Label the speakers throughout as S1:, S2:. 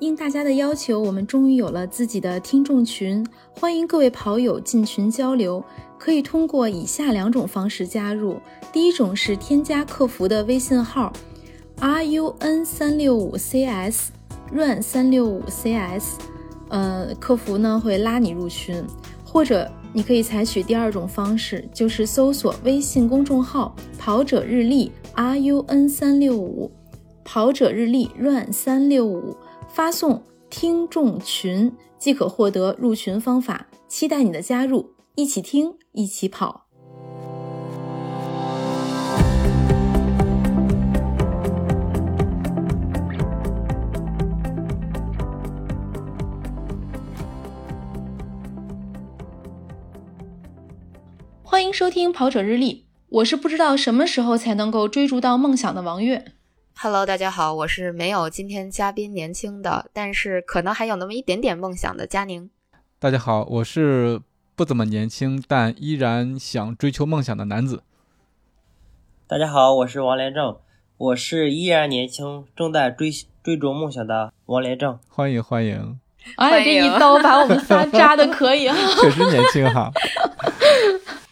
S1: 应大家的要求，我们终于有了自己的听众群，欢迎各位跑友进群交流。可以通过以下两种方式加入：第一种是添加客服的微信号 run 三六五 cs run 三六五 cs，呃，客服呢会拉你入群；或者你可以采取第二种方式，就是搜索微信公众号“跑者日历 run 三六五”，跑者日历 run 三六五，发送听众群即可获得入群方法。期待你的加入。一起听，一起跑。欢迎收听《跑者日历》，我是不知道什么时候才能够追逐到梦想的王悦。
S2: Hello，大家好，我是没有今天嘉宾年轻的，但是可能还有那么一点点梦想的佳宁。
S3: 大家好，我是。不怎么年轻，但依然想追求梦想的男子。
S4: 大家好，我是王连正，我是依然年轻，正在追追逐梦想的王连正。
S3: 欢迎欢 迎！
S1: 哎，这一刀把我们仨扎的可以啊！
S3: 确实年轻哈。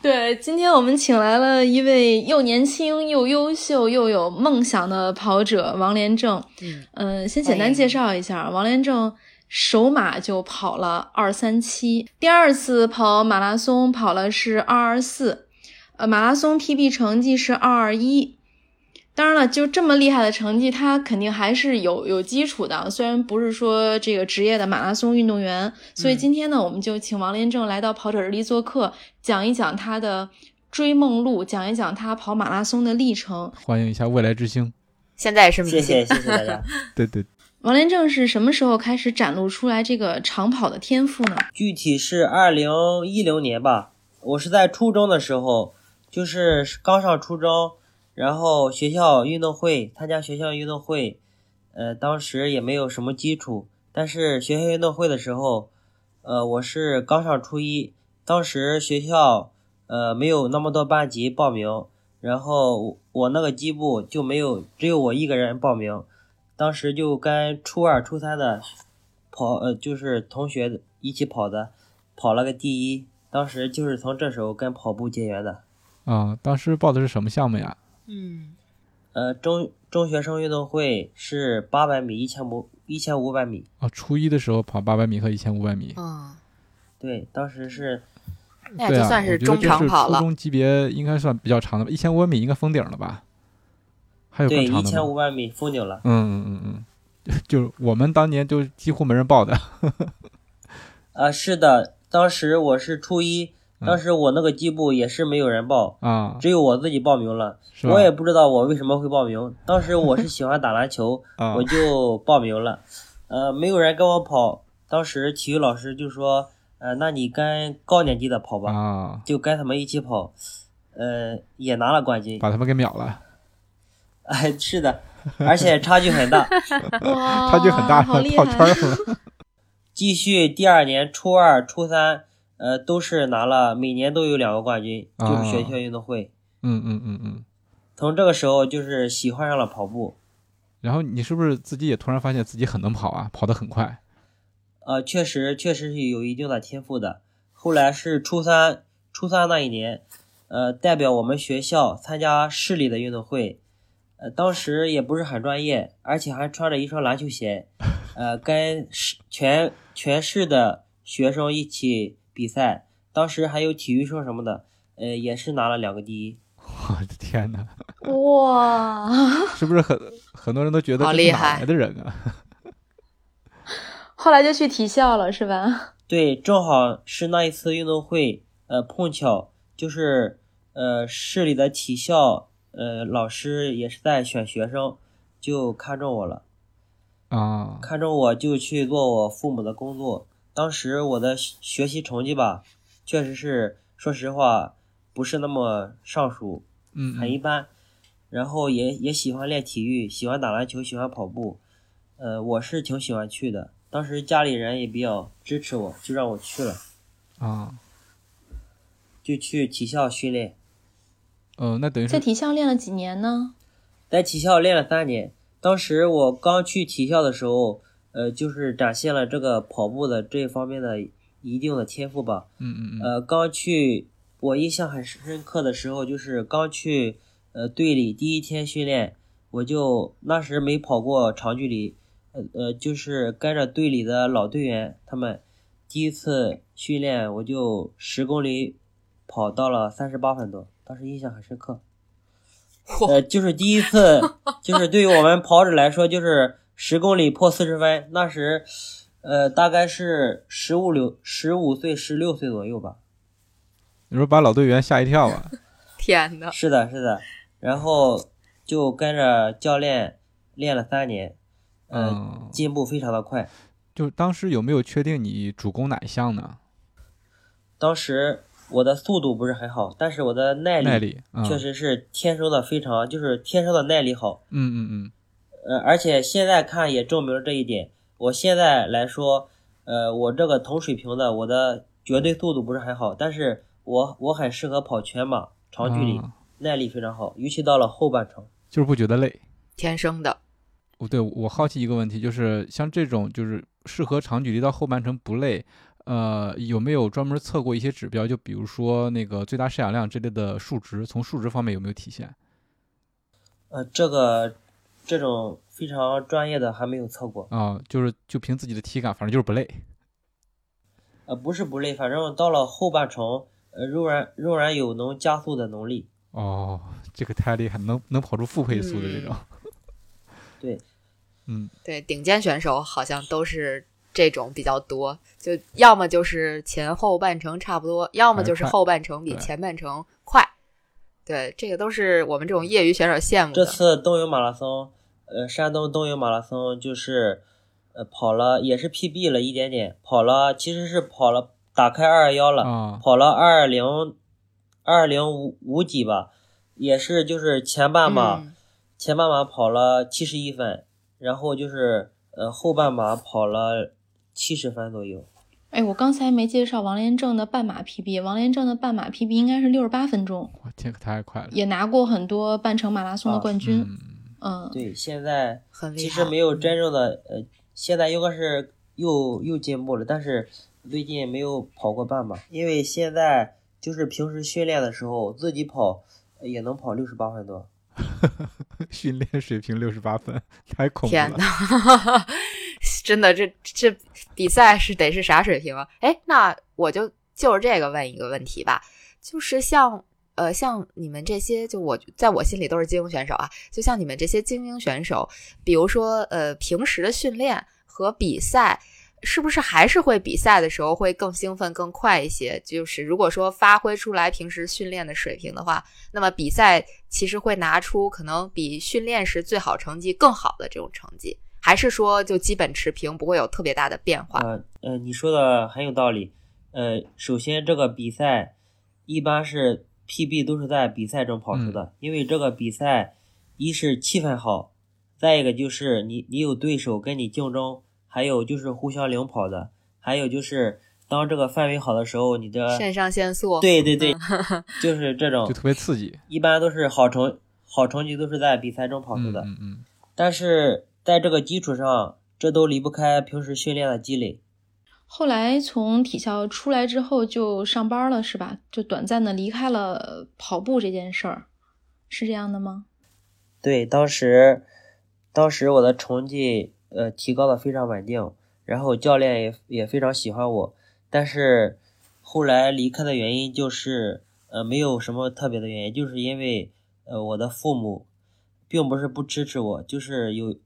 S1: 对，今天我们请来了一位又年轻又优秀又有梦想的跑者王连正。嗯、呃，先简单介绍一下王连正。首马就跑了二三七，第二次跑马拉松跑了是二二四，呃，马拉松 PB 成绩是二二一。当然了，就这么厉害的成绩，他肯定还是有有基础的，虽然不是说这个职业的马拉松运动员。所以今天呢，我们就请王连正来到跑者日历做客，讲一讲他的追梦路，讲一讲他跑马拉松的历程。
S3: 欢迎一下未来之星，
S2: 现在也是明
S4: 星，谢谢谢谢大家，
S3: 对对。
S1: 王连正是什么时候开始展露出来这个长跑的天赋呢？
S4: 具体是二零一零年吧，我是在初中的时候，就是刚上初中，然后学校运动会参加学校运动会，呃，当时也没有什么基础，但是学校运动会的时候，呃，我是刚上初一，当时学校呃没有那么多班级报名，然后我那个机部就没有，只有我一个人报名。当时就跟初二、初三的跑，呃，就是同学一起跑的，跑了个第一。当时就是从这时候跟跑步结缘的。
S3: 啊，当时报的是什么项目呀？
S2: 嗯，
S4: 呃，中中学生运动会是八百米、一千五、一千五百米。
S3: 啊，初一的时候跑八百米和一千五百米。
S2: 嗯，
S4: 对，当时是。
S2: 那也就哎算
S3: 是
S2: 中长跑了。
S3: 初中级别应该算比较长的吧，一千五百米应该封顶了吧？还有
S4: 对，一千五百米封顶了。
S3: 嗯嗯嗯嗯，就是我们当年就几乎没人报的。
S4: 啊，是的，当时我是初一，当时我那个机部也是没有人报
S3: 啊，
S4: 只有我自己报名了。我也不知道我为什么会报名，当时我是喜欢打篮球，
S3: 啊
S4: 我就报名了。呃，没有人跟我跑，当时体育老师就说：“呃，那你跟高年级的跑吧。”
S3: 啊，
S4: 就跟他们一起跑，呃，也拿了冠军，
S3: 把他们给秒了。
S4: 哎，是的，而且差距很 大，
S1: 差
S2: 哦
S3: 差距呃很大，
S1: 好厉
S3: 跑 圈
S1: 害！
S3: 了。
S4: 继续第二年初二、初三，呃，都是拿了，每年都有两个冠军，
S3: 啊
S4: 就是学校运动会。
S3: 嗯嗯嗯嗯。
S4: 从这个时候就是喜欢上了跑步，
S3: 然后你是不是自己也突然发现自己很能跑啊，跑得很 快？
S4: 呃，确实确实是有一定的天赋的。后来是初三，初三那一年，呃，代表我们学校参加市里的运动会，呃，当时也不是很专业，而且还穿着一双篮球鞋，呃，跟市全全市的学生一起比赛，当时还有体育生什么的，呃，也是拿了两个第一。
S3: 我的天哪，
S1: 哇！
S3: 是不是很很多人都觉得
S2: 好
S3: 这
S2: 厉
S3: 是哪
S2: 害
S3: 来的人啊？
S1: 后来就去体校了，是吧？
S4: 对，正好是那一次运动会，呃，碰巧就是呃市里的体校呃老师也是在选学生，就看中我了，
S3: 啊，
S4: 看中我就去做我父母的工作。当时我的学学习成绩吧，确实是说实话不是那么上数，
S3: 嗯，
S4: 很一般。然后也也喜欢练体育，喜欢打篮球，喜欢跑步，呃，我是挺喜欢去的。当时家里人也比较支持我，就让我去了。
S3: 啊，
S4: 就去体校训练，
S3: 呃，那等于
S1: 在
S3: 是
S1: 体校练了几年呢？
S4: 在体校练了三年。当时我刚去体校的时候，呃，就是展现了这个跑步的这一方面的一定的天赋吧。
S3: 嗯嗯嗯，
S4: 呃，刚去我印象很深刻的时候，就是刚去呃队里第一天训练，我就那时没跑过长距离，呃呃，就是跟着队里的老队员他们第一次训练，我就十公里跑到了三十八分多，当时印象很深刻。
S2: 嚯
S4: 呃，就是第一次，就是对于我们跑者来说，就是十公里破四十分，那时，呃，大概是十五六、十五岁、十六岁左右吧。
S3: 你说把老队员吓一跳啊？
S2: 天 呐，
S4: 是的，是的。然后就跟着教练练了三年，呃，
S3: 嗯，
S4: 进步非常的快。
S3: 就是当时有没有确定你主攻哪一项呢？
S4: 当时我的速度不是很好，但是我的耐力
S3: 耐力，嗯
S4: 确，实是天生的非常，就是天生的耐力好。
S3: 嗯嗯嗯，
S4: 呃，而且现在看也证明了这一点。我现在来说，呃，我这个同水平的，我的绝对速度不是很好，但是我我很适合跑全马、长距离，
S3: 啊
S4: 耐力非常好，尤其到了后半程。
S3: 就是不觉得累。
S2: 天生的，
S3: 我对我好奇一个问题，就是像这种就是适合长距离到后半程不累，呃，有没有专门测过一些指标？就比如说那个最大摄氧量之类的数值，从数值方面有没有体现？
S4: 呃，这个这种非常专业的还没有测过。
S3: 啊、就是就凭自己的体感，反正就是不累。
S4: 呃，不是不累，反正到了后半程，呃，仍然仍然有能加速的能力。
S3: 哦，这个太厉害，能能跑出负配速的这种。
S4: 嗯对，
S3: 嗯，
S2: 对，顶尖选手好像都是这种比较多，就要么就是前后半程差不多，要么就是
S3: 快
S2: 后半程比
S3: 对
S2: 前半程快。对，这个都是我们这种业余选手羡慕
S4: 这
S2: 的。
S4: 次冬泳马拉松，呃，山东冬泳马拉松就是，呃，跑了也是 PB 了一点点，跑了其实是跑了打开二二幺了，
S3: 啊
S4: 跑了二零二零五五几吧，也是就是前半马、
S2: 嗯
S4: 前半马跑了七十一分，然后就是呃后半马跑了七十分左右。
S1: 哎，我刚才没介绍王连正的半马 PB，王连正的半马 PB 应该是六十八分钟，
S3: 我天，可太快了。
S1: 也拿过很多半程马拉松的
S4: 啊
S1: 冠军。
S3: 嗯，
S1: 嗯，
S4: 对，现在
S2: 很厉
S4: 其
S2: 害。嗯
S4: 实没有真正的呃，现在应该是又又进步了，但是最近没有跑过半马，因为现在就是平时训练的时候自己跑呃也能跑六十八分多。
S3: 训练水平六十八分，太恐怖
S2: 天
S3: 了。
S2: 呐， 真的，这这比赛是得是啥水平啊？哎，那我就就是这个问一个问题吧，就是像呃像你们这些，就我在我心里都是精英选手啊，就像你们这些精英选手，比如说呃平时的训练和比赛。是不是还是会比赛的时候会更兴奋、更快一些？就是如果说发挥出来平时训练的水平的话，那么比赛其实会拿出可能比训练时最好成绩更好的这种成绩，还是说就基本持平，不会有特别大的变化？
S4: 呃呃，你说的很有道理。呃，首先这个比赛一般是 PB 都是在比赛中跑出
S3: 嗯
S4: 的，因为这个比赛一是气氛好，再一个就是你你有对手跟你竞争，还有就是互相领跑的，还有就是当这个范围好的时候，你的
S2: 肾上腺素，
S4: 对对对，就是这种
S3: 就，特别刺激。
S4: 一般都是好成好成绩都是在比赛中跑出
S3: 嗯
S4: 的。
S3: 嗯嗯，
S4: 但是在这个基础上，这都离不开平时训练的积累。
S1: 后来从体校出来之后就上班了，是吧？就短暂的离开了呃跑步这件事儿，是这样的吗？
S4: 对，当时，当时我的成绩呃提高的非常稳定，然后教练也也非常喜欢我，但是后来离开的原因就是呃没有什么特别的原因，就是因为呃我的父母并不是不支持我，就是有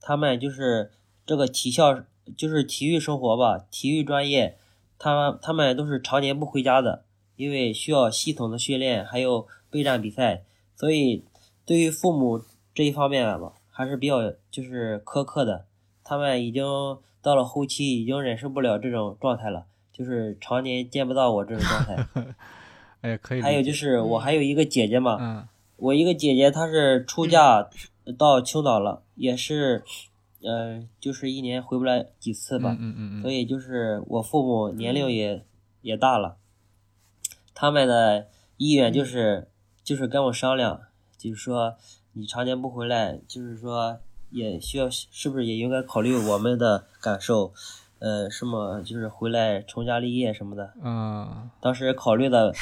S4: 他们就是这个体校就是体育生活吧，体育专业，他他们都是常年不回家的，因为需要系统的训练，还有备战比赛，所以对于父母这一方面吧，还是比较就是苛刻的。他们已经到了后期，已经忍受不了这种状态了，就是常年见不到我这种 状态。
S3: 哎呀，可以理解。
S4: 还有就是我还有一个姐姐嘛，
S3: 嗯，
S4: 我一个姐姐她是出嫁到青岛了，也是，呃，就是一年回不来几次
S3: 嗯
S4: 吧。
S3: 嗯嗯
S4: 所
S3: 嗯，
S4: 以就是我父母年龄也、也大了，他们的意愿就是、就是跟我商量，就是说你常年不回来，就是说也需要是不是也应该考虑我们的感受？呃，什么就是回来成家立业什么的，
S3: 嗯，
S4: 当时考虑的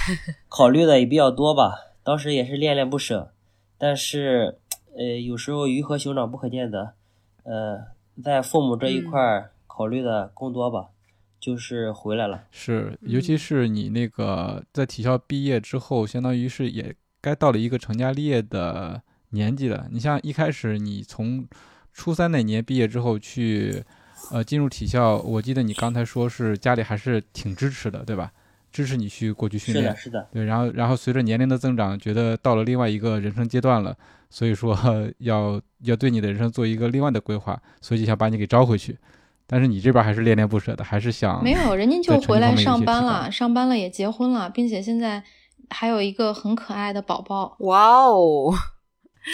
S4: 考虑的也比较多吧，当时也是恋恋不舍，但是呃，有时候鱼和熊掌不可兼得，呃，在父母这一块儿考虑的更多吧，就是回来了。
S3: 是，尤其
S1: 嗯
S3: 是你那个在体校毕业之后，相当于是也该到了一个成家立业的年纪了。你像一开始你从初三那年毕业之后去，呃，进入体校，我记得你刚才说是家里还是挺支持的，对吧？支持你去过去训
S4: 是
S3: 练
S4: 的，，是的，
S3: 对，然后然后随着年龄的增长，觉得到了另外一个人生阶段了，所以说要要对你的人生做一个另外的规划，所以就想把你给招回去。但是你这边还是恋恋不舍的，还是想
S1: 没有，人家
S3: 啊对
S1: 就回
S3: 成绩
S1: 来
S3: 方面有一
S1: 上
S3: 些
S1: 班
S3: 提高
S1: 了，上班了也结婚了，并且现在还有一个很可爱的宝宝。
S2: 哇哦，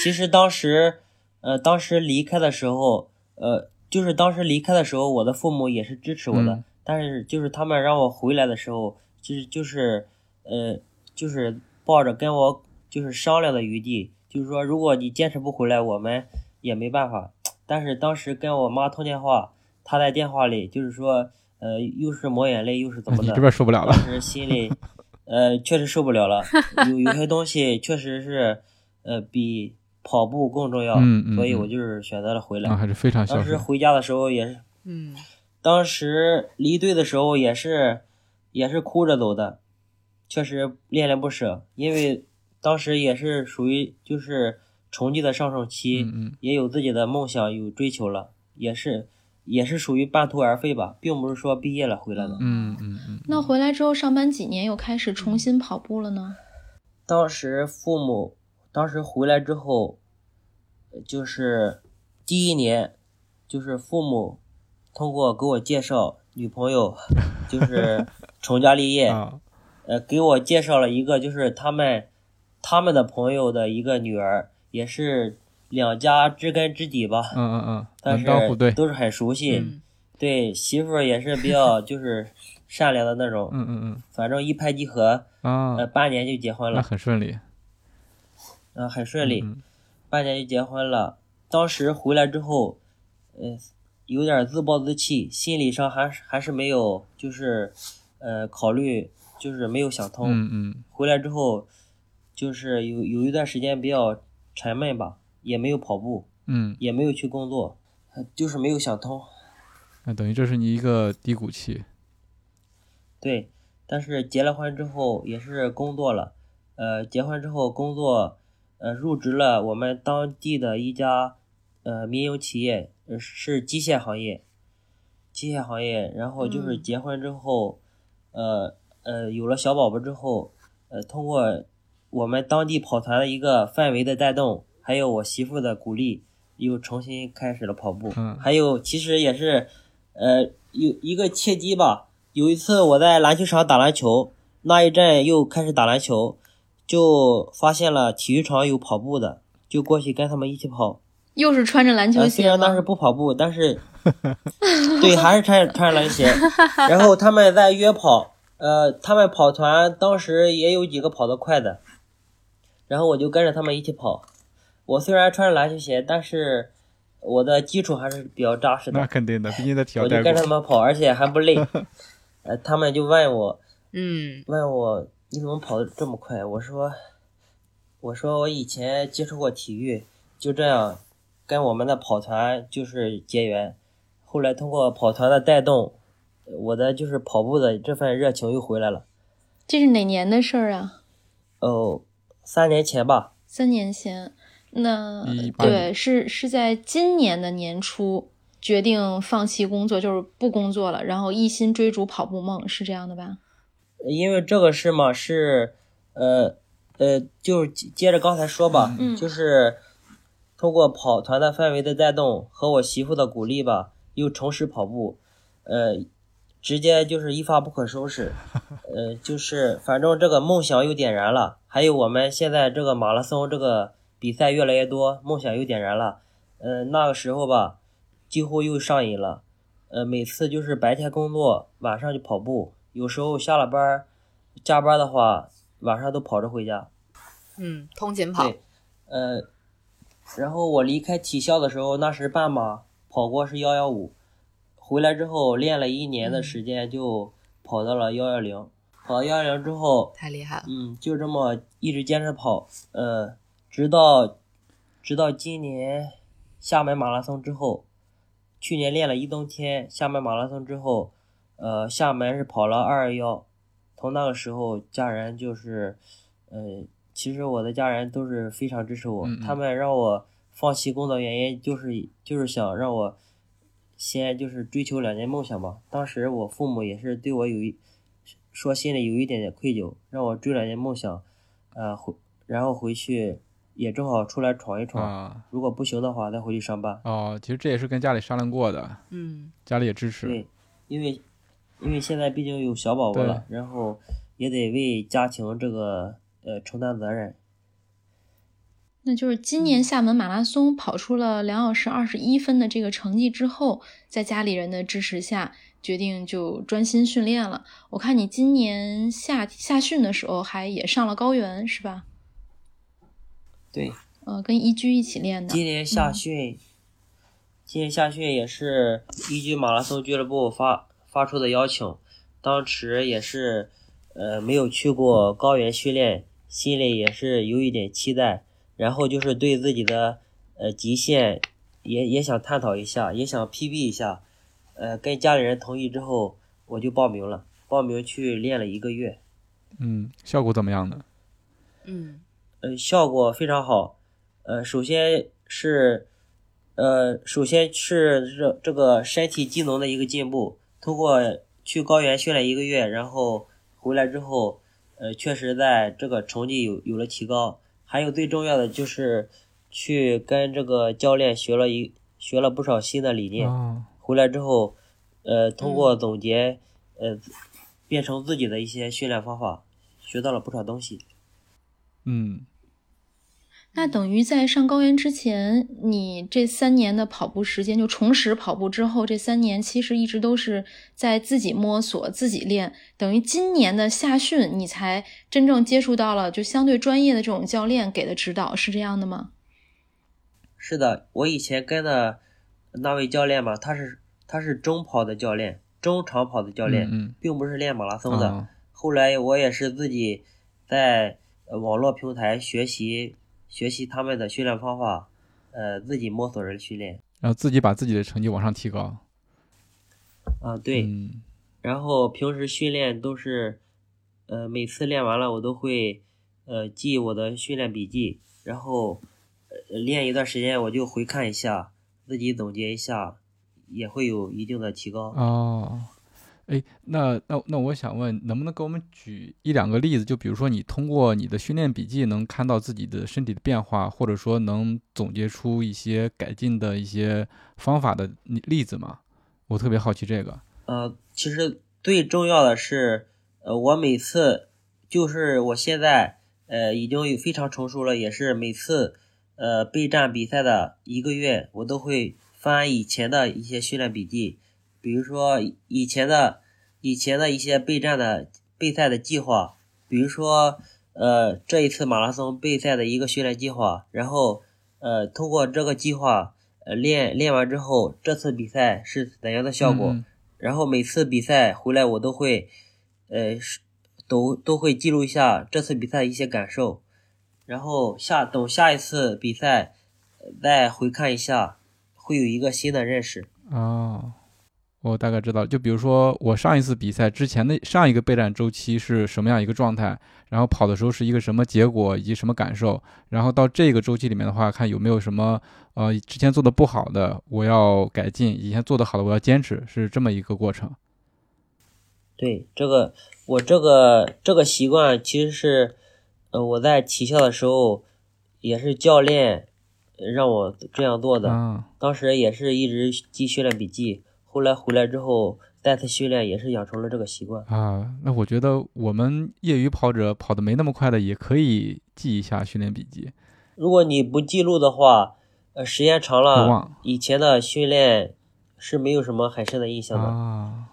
S4: 其实当时，呃，当时离开的时候，呃，就是当时离开的时候，我的父母也是支持我的，
S3: 嗯
S4: 但是就是他们让我回来的时候，就是就是，呃，就是抱着跟我就是商量的余地，就是说如果你坚持不回来，我们也没办法。但是当时跟我妈通电话，她在电话里就是说，呃，又是抹眼泪，又是怎 么
S3: 你
S4: 的，
S3: 这边受不了了
S4: 当。时心里，呃，确实受不了了。有有些东西确实是，呃，比跑步更重要，
S3: 嗯嗯
S4: 所以
S3: 嗯
S4: 我就是选择了回来。
S3: 啊，还是非常孝
S4: 当时
S3: 顺。
S4: 回家的时候也是，
S2: 嗯，
S4: 当时离队的时候也是，也是哭着走的，确实恋恋不舍，因为当时也是属于就是成绩的上升期，
S3: 嗯嗯，
S4: 也有自己的梦想有追求了，也是也是属于半途而废吧，并不是说毕业了回来的。
S3: 嗯嗯嗯，
S1: 那回来之后上班几年，又开始重新跑步了呢？
S4: 当时父母当时回来之后，呃就是第一年，就是父母通过给我介绍女朋友，就是 成家立业，
S3: 啊，
S4: 呃，给我介绍了一个就是他们他们的朋友的一个女儿，也是两家知根知底吧，
S3: 嗯嗯嗯，
S4: 但
S3: 门当户对
S4: 是，都是很熟悉，
S2: 嗯
S4: 对媳妇儿也是比较就是善良的那种，
S3: 嗯嗯
S4: 反正一拍即合，
S3: 嗯
S4: 呃，
S3: 啊，
S4: 八年就结婚
S3: 那
S4: 了，
S3: 很顺利，
S4: 嗯、很顺利。
S3: 嗯
S4: 半年就结婚了。当时回来之后，呃，有点自暴自弃，心理上还是还是没有，就是，呃，考虑就是没有想通。
S3: 嗯嗯
S4: 回来之后，就是有有一段时间比较沉闷吧，也没有跑步，
S3: 嗯，
S4: 也没有去工作，呃就是没有想通。
S3: 那等于这是你一个低谷期，
S4: 对，但是结了婚之后也是工作了，呃，结婚之后工作，呃，入职了我们当地的一家呃民营企业，呃是机械行业，机械行业。然后就是
S1: 嗯
S4: 结婚之后，呃呃，有了小宝宝之后，呃，通过我们当地跑团的一个范围的带动，还有我媳妇的鼓励，又重新开始了跑步。
S3: 嗯
S4: 还有其实也是，呃，有一个契机吧。有一次我在篮球场打篮球，那一阵又开始打篮球，就发现了体育场有跑步的，就过去跟他们一起跑。
S1: 又是穿着篮球
S4: 呃，虽
S1: 鞋
S4: 然当时
S1: 吗？
S4: 不跑步，但是，对，还是穿穿着篮鞋。然后他们在约跑，呃，他们跑团当时也有几个跑得快的，然后我就跟着他们一起跑。我虽然穿着篮球鞋，但是我的基础还是比较扎实
S3: 那
S4: 的，
S3: 肯定的，毕竟在体校
S4: 我就
S3: 待
S4: 跟着
S3: 过
S4: 他。们跑，而且还不累。呃，他们就问我，
S2: 嗯
S4: 问我你怎么跑得这么快？啊我说，我说我以前接触过体育，就这样跟我们的跑团就是结缘，后来通过跑团的带动，我的就是跑步的这份热情又回来了。
S1: 这是哪年的事儿啊？
S4: 哦，三年前吧，
S1: 三年前。那
S3: 18
S1: 对，
S3: 年
S1: 是是在今年的年初决定放弃工作，就是不工作了，然后一心追逐跑步梦，是这样的吧？
S4: 因为这个事嘛是，呃呃，就是接接着刚才说吧，
S1: 嗯
S4: 就是通过跑团的范围的带动和我媳妇的鼓励吧，又重拾跑步，呃，直接就是一发不可收拾，呃，就是反正这个梦想又点燃了，还有我们现在这个马拉松这个比赛越来越多，梦想又点燃了，呃，那个时候吧，几乎又上瘾了。呃，每次就是白天工作，晚上就跑步，有时候下了班儿，加班的话，晚上都跑着回家。
S2: 嗯嗯，通勤跑
S4: 对，呃，然后我离开体校的时候，那时半马跑过是幺幺五，回来之后练了一年的时间，就跑到了幺幺零。跑到幺幺零之后，
S2: 太厉害了。
S4: 嗯，就这么一直坚持跑，呃，直到直到今年厦门马拉松之后，去年练了一冬天，厦门马拉松之后，呃，厦门是跑了二幺，从那个时候家人就是，呃，其实我的家人都是非常支持我，
S3: 嗯嗯
S4: 他们让我放弃工作原因就是就是想让我先就是追求两年梦想吧。当时我父母也是对我有一说心里有一点点愧疚，让我追两年梦想，呃，回然后回去也正好出来闯一闯，
S3: 啊
S4: 如果不行的话再回去上班。
S3: 哦，其实这也是跟家里商量过的，
S2: 嗯，
S3: 家里也支持。
S4: 对，因为因为现在毕竟有小宝宝了，然后也得为家庭这个呃承担责任。
S1: 那就是今年厦门马拉松跑出了两小时二十一分的这个成绩之后，在家里人的支持下，决定就专心训练了。我看你今年夏夏训的时候还也上了高原是吧？
S4: 对，
S1: 呃，跟一居一起练的
S4: 今。年夏训，今年夏训也是一居马拉松俱乐部发发出的邀请，当时也是呃没有去过高原训练，心里也是有一点期待，然后就是对自己的呃极限也也想探讨一下，也想 PB 一下，呃，跟家里人同意之后，我就报名了，报名去练了一个月。
S3: 嗯，效果怎么样呢？
S2: 嗯，
S4: 呃，效果非常好。呃，首先是，呃，首先是这这个身体机能的一个进步。通过去高原训练一个月，然后回来之后，呃，确实在这个成绩有有了提高。还有最重要的就是，去跟这个教练学了一学了不少新的理念。
S3: 哦，
S4: 回来之后，呃，通过总结，呃，变成自己的一些训练方法，学到了不少东西。
S3: 嗯，
S1: 那等于在上高原之前，你这三年的跑步时间，就重拾跑步之后这三年，其实一直都是在自己摸索、自己练。等于今年的夏训，你才真正接触到了就相对专业的这种教练给的指导，是这样的吗？
S4: 是的，我以前跟的那位教练嘛，他是他是中跑的教练，中长跑的教练，
S3: 嗯
S4: 并不是练马拉
S3: 嗯，
S4: 松的。
S3: 啊
S4: 后来我也是自己在呃网络平台学习学习他们的训练方法，呃，自己摸索着训练。
S3: 然后自己把自己的成绩往上提高。
S4: 啊，对，
S3: 嗯
S4: 然后平时训练都是，呃，每次练完了我都会，呃，记我的训练笔记，然后，呃，练一段时间我就回看一下，自己总结一下，也会有一定的提高。
S3: 哦，哎，那那那我想问，能不能给我们举一两个例子？就比如说，你通过你的训练笔记能看到自己的身体的变化，或者说能总结出一些改进的一些方法的例例子吗？我特别好奇这个。
S4: 呃，其实最重要的是，呃，我每次就是我现在呃已经有非常成熟了，也是每次呃备战比赛的一个月，我都会翻以前的一些训练笔记，比如说以以前的以前的一些备战的备赛的计划，比如说呃这一次马拉松备赛的一个训练计划，然后呃通过这个计划。呃，练练完之后，这次比赛是怎样的效果？
S3: 嗯
S4: 然后每次比赛回来，我都会，呃，是都都会记录一下这次比赛一些感受，然后下等下一次比赛呃再回看一下，会有一个新的认识。
S3: 哦，我大概知道。就比如说，我上一次比赛之前的上一个备战周期是什么样一个状态，然后跑的时候是一个什么结果以及什么感受，然后到这个周期里面的话，看有没有什么呃之前做的不好的，我要改进；以前做的好的，我要坚持，是这么一个过程。
S4: 对这个，我这个这个习惯其实是，呃，我在体校的时候也是教练呃让我这样做的，
S3: 啊，
S4: 当时也是一直记训练笔记，后来回来之后再次训练也是养成了这个习惯。
S3: 啊，那我觉得我们业余跑者跑得没那么快的，也可以记一下训练笔记。
S4: 如果你不记录的话，呃，时间长
S3: 会
S4: 了
S3: 忘，
S4: 以前的训练是没有什么很深的印象的。
S3: 啊，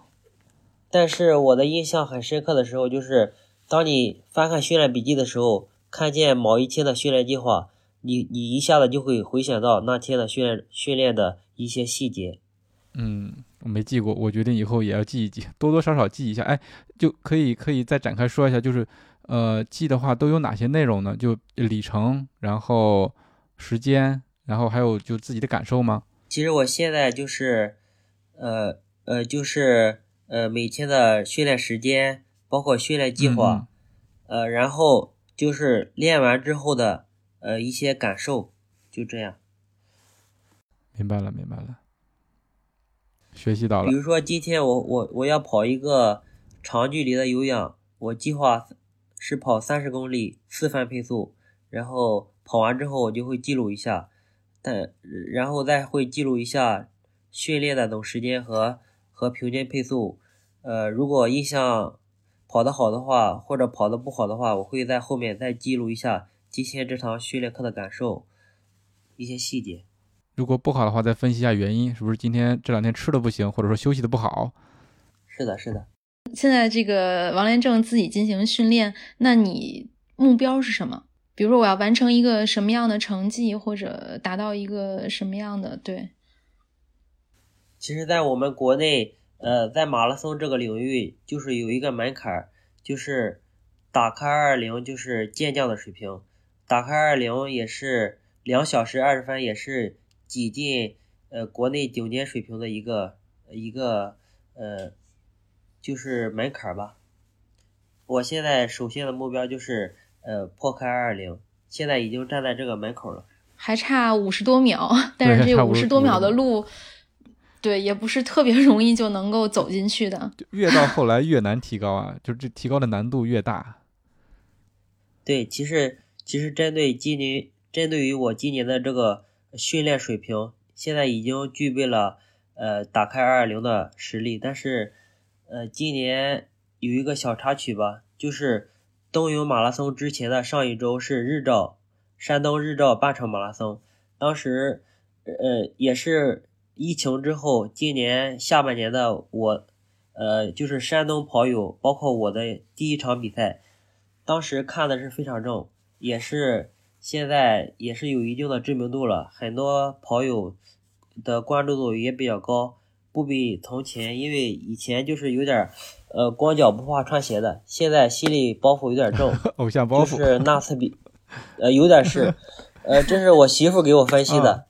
S4: 但是我的印象很深刻的时候，就是当你翻看训练笔记的时候，看见某一天的训练计划，你你一下子就会回想到那天的训练训练的一些细节。
S3: 嗯，我没记过，我决定以后也要记一记， 多多少少记一下。哎，就可以可以再展开说一下，就是呃，记的话都有哪些内容呢？就里程，然后时间，然后还有就自己的感受吗？
S4: 其实我现在就是，呃呃，就是呃每天的训练时间，包括训练计划，呃，然后就是练完之后的呃一些感受，就这样。
S3: 明白了，明白了，学习到
S4: 比
S3: 了。
S4: 如说今天我我我要跑一个长距离的有氧，我计划是跑三十公里，四番配速，然后跑完之后我就会记录一下，但然后再会记录一下训练的总时间和和平均配速。呃，如果印象跑得好的话，或者跑得不好的话，我会在后面再记录一下今天这堂训练课的感受，一些细节。
S3: 如果不好的话，再分析一下原因，是不是今天这两天吃的不行，或者说休息的不好？
S4: 是的，是的。
S1: 现在这个王连正自己进行训练，那你目标是什么？比如说我要完成一个什么样的成绩，或者达到一个什么样的对？
S4: 其实，在我们国内，呃，在马拉松这个领域，就是有一个门槛儿，就是打开二零就是健将的水平，打开二零也是两小时二十分，也是挤进呃国内顶尖水平的一个一个呃，就是门槛儿吧。我现在首先的目标就是呃破开二零，现在已经站在这个门口了。
S1: 还差五十多秒，但是
S3: 对
S1: 这
S3: 差
S1: 五十
S3: 50
S1: 多秒的
S3: 多
S1: 路，对，也不是特别 容易就能够走进去的。
S3: 就越到后来越难提高啊，就是这提高的难度越大。
S4: 对，其实其实针对今年，针对于我今年的这个训练水平，现在已经具备了呃打开二二零的实力，但是呃今年有一个小插曲吧，就是冬泳马拉松之前的上一周是日照，山东日照半程马拉松，当时呃也是疫情之后，今年下半年的我，呃就是山东跑友，包括我的第一场比赛。当时看的是非常正，也是现在也是有一定的知名度了，很多跑友的关注度也比较高，不比从前，因为以前就是有点儿，呃，光脚不怕穿鞋的，现在心里包袱有点重，
S3: 偶像包袱，
S4: 就是那次比，呃，有点是，呃，这是我媳妇给我分析的，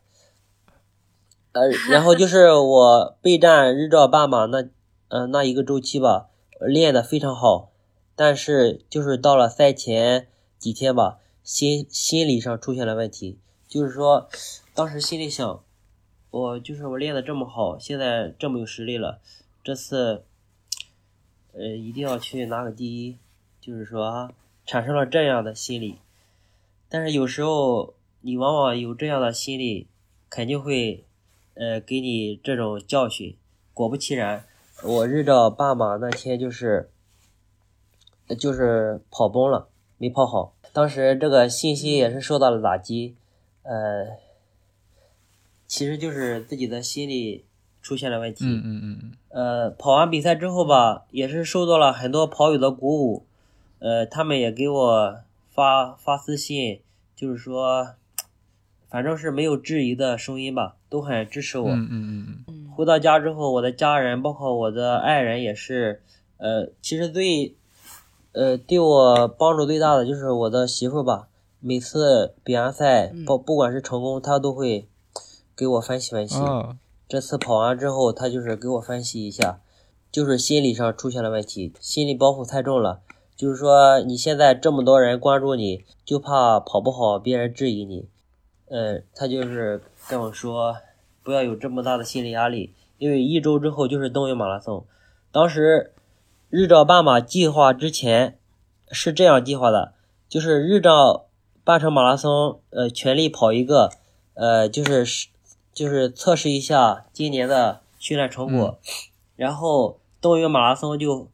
S3: 嗯
S4: 呃，然后就是我备战日照半马那，呃，那一个周期吧，练得非常好，但是就是到了赛前几天吧，心心理上出现了问题，就是说，当时心里想，我就是我练得这么好，现在这么有实力了，这次，呃，一定要去拿个第一，就是说啊产生了这样的心理。但是有时候你往往有这样的心理，肯定会，呃，给你这种教训。果不其然，我日照半马那天就是，呃就是跑崩了，没跑好。当时这个信息也是受到了打击，呃，其实就是自己的心理出现了问题。
S3: 嗯嗯嗯嗯，
S4: 呃，跑完比赛之后吧，也是受到了很多跑友的鼓舞，呃，他们也给我发发私信，就是说，反正是没有质疑的声音吧，都很支持我。
S3: 嗯嗯嗯嗯，
S4: 回到家之后，我的家人，包括我的爱人，也是，呃，其实最，呃，对我帮助最大的就是我的媳妇吧。每次比完赛，
S3: 嗯
S4: 不不管是成功，她都会给我分析分析。
S3: 哦，
S4: 这次跑完之后，他就是给我分析一下，就是心理上出现了问题，心理包袱太重了。就是说，你现在这么多人关注你，就怕跑不好别人质疑你。呃，他就是跟我说，不要有这么大的心理压力，因为一周之后就是冬泳马拉松。当时日照半马计划之前是这样计划的，就是日照半程马拉松，呃，全力跑一个，呃，就是是就是测试一下今年的训练成果，然后冬泳马拉松就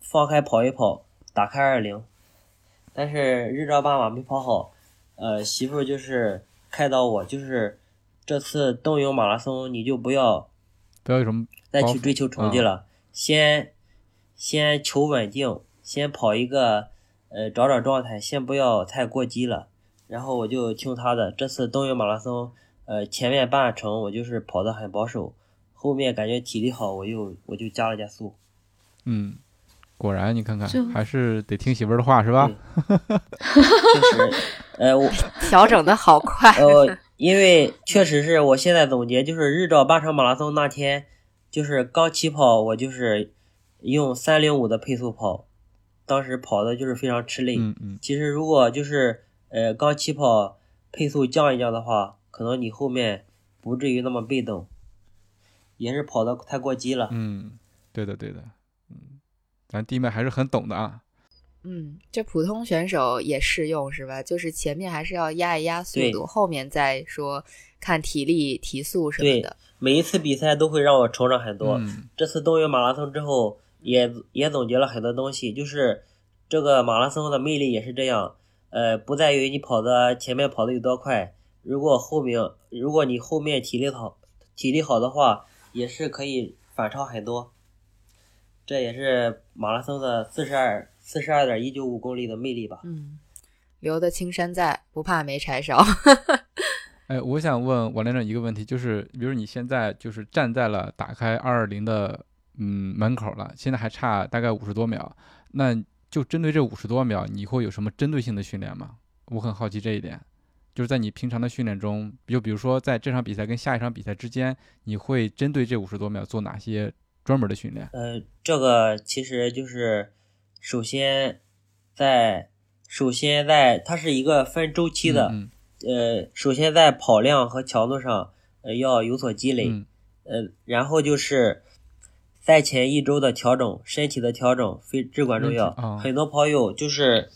S4: 放开跑一跑，打开二零，但是日照半马没跑好，呃，媳妇儿就是开导我，就是这次冬泳马拉松你就不要
S3: 不要有什么
S4: 再
S3: 包
S4: 去
S3: 袱
S4: 追求成绩
S3: 啊
S4: 了，先先求稳定，先跑一个呃找找状态，先不要太过激了。然后我就听他的。这次冬泳马拉松，呃，前面半程我就是跑得很保守，后面感觉体力好，我又我就加了加速。
S3: 嗯，果然你看看
S1: 就，
S3: 还是得听媳妇儿的话是吧？
S4: 确实， 呃，我。
S2: 调整的好快
S4: 呃，因为确实是我现在总结，就是日照八场马拉松那天，就是刚起跑，我就是用三零五的配速跑，当时跑的就是非常吃力。
S3: 嗯嗯，
S4: 其实如果就是呃刚起跑配速降一降的话，可能你后面不至于那么被动，也是跑的太过激了。
S3: 嗯，对的对的，嗯，咱弟妹还是很懂的啊。
S2: 嗯，这普通选手也适用是吧？就是前面还是要压一压速
S4: 对
S2: 度，后面再说看体力、提速什么
S4: 对
S2: 的。
S4: 每一次比赛都会让我成长很多。
S3: 嗯
S4: 这次冬泳马拉松之后也也总结了很多东西，就是这个马拉松的魅力也是这样，呃，不在于你跑的前面跑的有多快，如果后面如果你后面体力好，体力好的话，也是可以反超很多。这也是马拉松的四十二四十二点一九五公里的魅力吧。
S2: 嗯，留得青山在，不怕没柴烧。
S3: 哎，我想问王连长一个问题，就是比如你现在就是站在了打开二二零的嗯门口了，现在还差大概五十多秒，那就针对这五十多秒，你会有什么针对性的训练吗？我很好奇这一点，就是在你平常的训练中，就比如说在这场比赛跟下一场比赛之间，你会针对这五十多秒做哪些专门的训练？
S4: 呃，这个其实就是首先在首先在它是一个分周期的，
S3: 嗯
S4: 呃，首先在跑量和强度上，呃，要有所积累，
S3: 嗯
S4: 呃，然后就是赛前一周的调整，身体的调整非至关重要。
S3: 身体啊
S4: 很多跑友就是，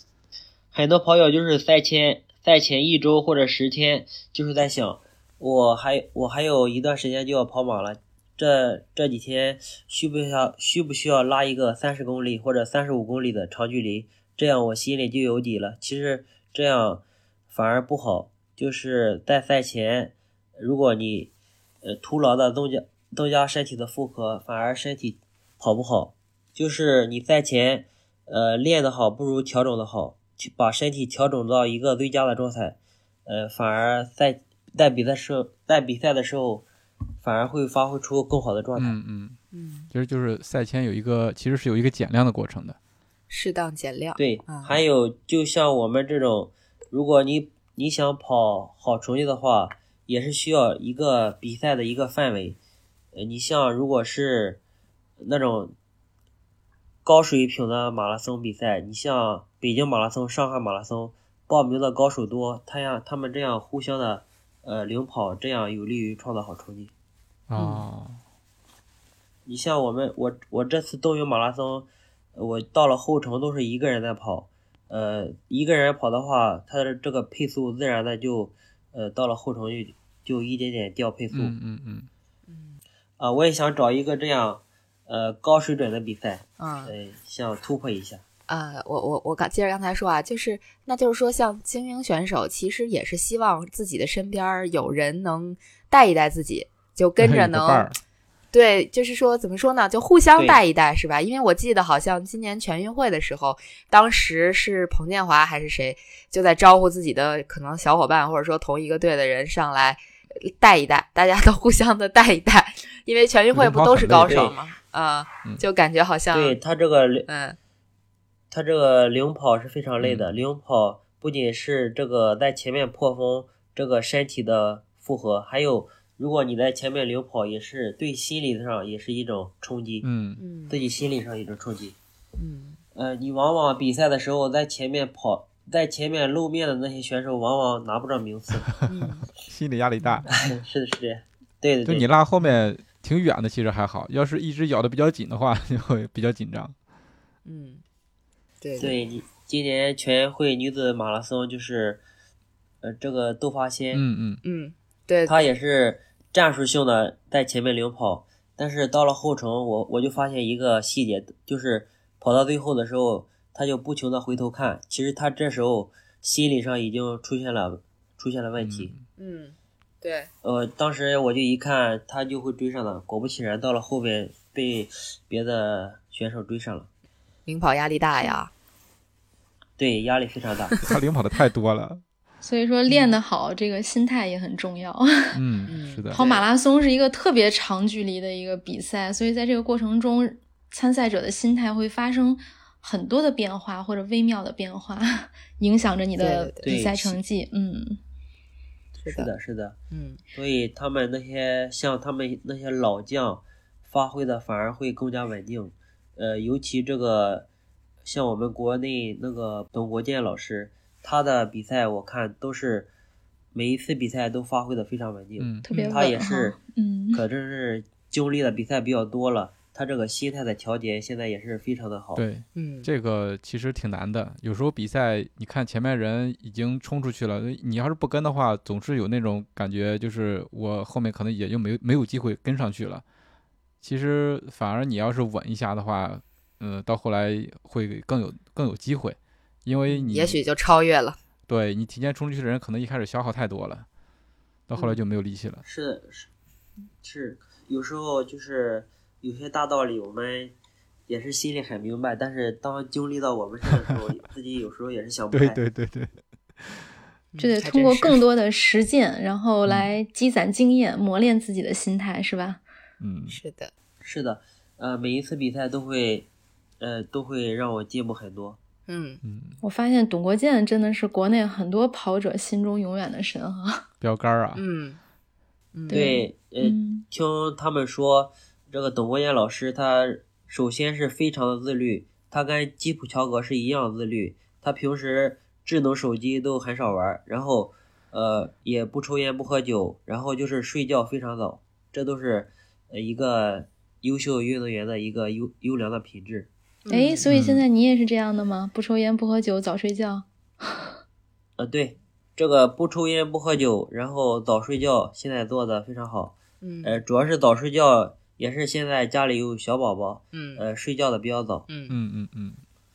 S4: 很多跑友就是赛前赛前一周或者十天，就是在想，我还我还有一段时间就要跑马了，这这几天需不需要需不需要拉一个三十公里或者三十五公里的长距离？这样我心里就有底了。其实这样反而不好，就是在赛前，如果你呃徒劳的增加增加身体的负荷，反而身体跑不好。就是你赛前呃练得好，不如调整的好，去把身体调整到一个最佳的状态，呃，反而在在比赛时候在比赛的时候，反而会发挥出更好的状态。
S3: 嗯嗯，
S2: 嗯，
S3: 其实就是赛前有一个其实是有一个减量的过程的。
S2: 适当减量。
S4: 对
S2: 啊，
S4: 还有就像我们这种，如果你你想跑好成绩的话，也是需要一个比赛的一个范围。呃，你像如果是那种高水平的马拉松比赛，你像北京马拉松、上海马拉松，报名的高手多，他呀他们这样互相的呃领跑，这样有利于创造好成绩。
S2: 嗯
S3: 哦，
S4: 你像我们，我我这次冬泳马拉松，我到了后程都是一个人在跑，呃，一个人跑的话，他的这个配速自然的就，呃，到了后程就就一点点掉配速啊、
S3: 嗯嗯嗯，
S4: 我也想找一个这样，呃，高水准的比赛，
S2: 嗯，
S4: 呃，想突破一下。
S2: 呃，我我我刚接着刚才说啊，就是那就是说，像精英选手其实也是希望自己的身边儿有人能带一带自己，就跟
S3: 有
S2: 着
S3: 个伴
S2: 能
S3: 儿
S2: 对，就是说怎么说呢，就互相
S4: 对
S2: 带一带是吧？因为我记得好像今年全运会的时候，当时是彭建华还是谁就在招呼自己的可能小伙伴或者说同一个队的人上来呃带一带，大家都互相的带一带，因为全运会
S3: 领
S2: 不
S3: 跑
S2: 都
S3: 很
S2: 是
S3: 累
S2: 高
S4: 对
S2: 手吗？啊、
S3: 嗯
S2: 就感觉好像
S4: 对他这个
S2: 嗯。
S4: 他这个领跑是非常累
S3: 嗯
S4: 的，领跑不仅是这个在前面破风这个身体的负荷，还有如果你在前面领跑，也是对心理上也是一种冲击，
S3: 嗯
S2: 嗯
S4: 自己心理上一种冲击。
S2: 嗯
S4: 呃，你往往比赛的时候在前面跑，在前面露面的那些选手，往往拿不着名 次。
S2: 嗯，
S3: 心理压力大。
S4: 是的，是的，嗯对的，
S3: 就
S4: 对
S3: 你
S4: 的。
S3: 拉后面挺远的，其实还好。要是一直咬得比较紧的话，就会比较紧张。
S2: 嗯， 对，
S4: 对你今年全运会女子马拉松就是，呃，这个窦华先，
S3: 嗯嗯，
S2: 嗯对，
S4: 他也是战术性的在前面领跑，但是到了后程，我我就发现一个细节，就是跑到最后的时候，他就不停的回头看，其实他这时候心理上已经出现了出现了问题。
S2: 嗯对，
S4: 呃，当时我就一看他就会追上的，果不其然，到了后面被别的选手追上了，
S2: 领跑压力大呀，
S4: 对，压力非常大。
S3: 他领跑的太多了。
S1: 所以说练得好，这个心态也很重要。
S3: 嗯，是的，
S1: 跑马拉松是一个特别长距离的一个比赛，所以在这个过程中，参赛者的心态会发生很多的变化或者微妙的变化，影响着你的
S2: 对
S4: 对
S1: 比赛成绩。嗯，
S2: 是
S4: 是的，是的。
S2: 嗯，
S4: 所以他们那些像他们那些老将，发挥的反而会更加稳定。呃，尤其这个像我们国内那个董国建老师，他的比赛我看都是每一次比赛都发挥的非常稳定。
S3: 嗯，
S1: 特别稳
S4: 他也
S1: 哈
S4: 是，
S1: 嗯，
S4: 可真是经历的比赛比较多了，他这个心态的调节现在也是非常的好。
S3: 对，
S2: 嗯，
S3: 这个其实挺难的。有时候比赛，你看前面人已经冲出去了，你要是不跟的话，总是有那种感觉，就是我后面可能也就没没有机会跟上去了。其实反而你要是稳一下的话，嗯、到后来会更有更有机会，因为
S4: 嗯
S3: 你
S2: 也许就超越了。
S3: 对你提前冲出去的人，可能一开始消耗太多了，到后来就没有力气了。
S4: 是是是，有时候就是有些大道理我们也是心里很明白，但是当经历到我们身上的时候，自己有时候也是想不开。
S3: 对对，
S1: 这得
S2: 嗯还
S1: 通过
S2: 真是
S1: 更嗯多的实践，然后来积攒经验，磨练自己的心态，是吧？
S3: 嗯，
S2: 是的，
S4: 是的，呃，每一次比赛都会，呃，都会让我进步很多。
S2: 嗯，
S1: 我发现董国建真的是国内很多跑者心中永远的神哈。
S3: 标杆儿啊，
S2: 嗯，嗯，
S4: 对，呃，
S1: 嗯，
S4: 听他们说，这个董国建老师他首先是非常的自律，他跟基普乔格是一样自律。他平时智能手机都很少玩，然后呃也不抽烟不喝酒，然后就是睡觉非常早， 这都是呃一个优秀运动员的一个优优良的品质。
S1: 哎，所以现
S3: 嗯
S1: 在你也是这样的吗？不抽烟，不喝酒，早睡觉。
S4: 呃，对，这个不抽烟不喝酒，然后早睡觉，现在做的非常好。
S2: 嗯
S4: 呃，主要是早睡觉，也是现在家里有小宝宝，
S2: 嗯
S4: 呃，睡觉的比较早。
S2: 嗯，
S3: 嗯嗯嗯，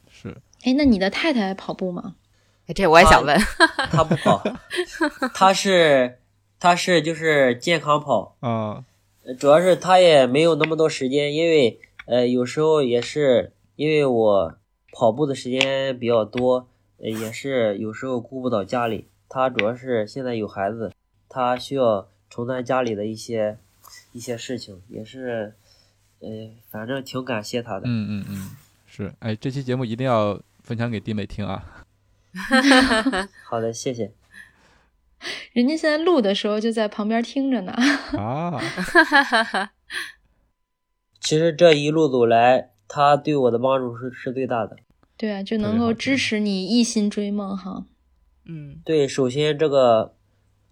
S3: 是，
S1: 哎，那你的太太跑步吗？
S2: 哎这我也想问，
S4: 他不跑，他是他是就是健康跑，
S3: 啊，
S4: 呃主要是他也没有那么多时间，因为呃有时候也是因为我跑步的时间比较多，呃也是有时候顾不到家里。他主要是现在有孩子，他需要承担家里的一些一些事情，也是呃反正挺感谢他的。
S3: 嗯嗯嗯，是，哎，这期节目一定要分享给弟妹听啊。
S4: 好的，谢谢。
S1: 人家现在录的时候就在旁边听着呢。
S3: 啊，
S4: 其实这一路走来，他对我的帮助是是最大的。
S1: 对啊，就
S3: 特
S1: 能
S3: 别好
S1: 够
S3: 听
S1: 支持你一心追梦哈。
S2: 嗯
S4: 对，首先这个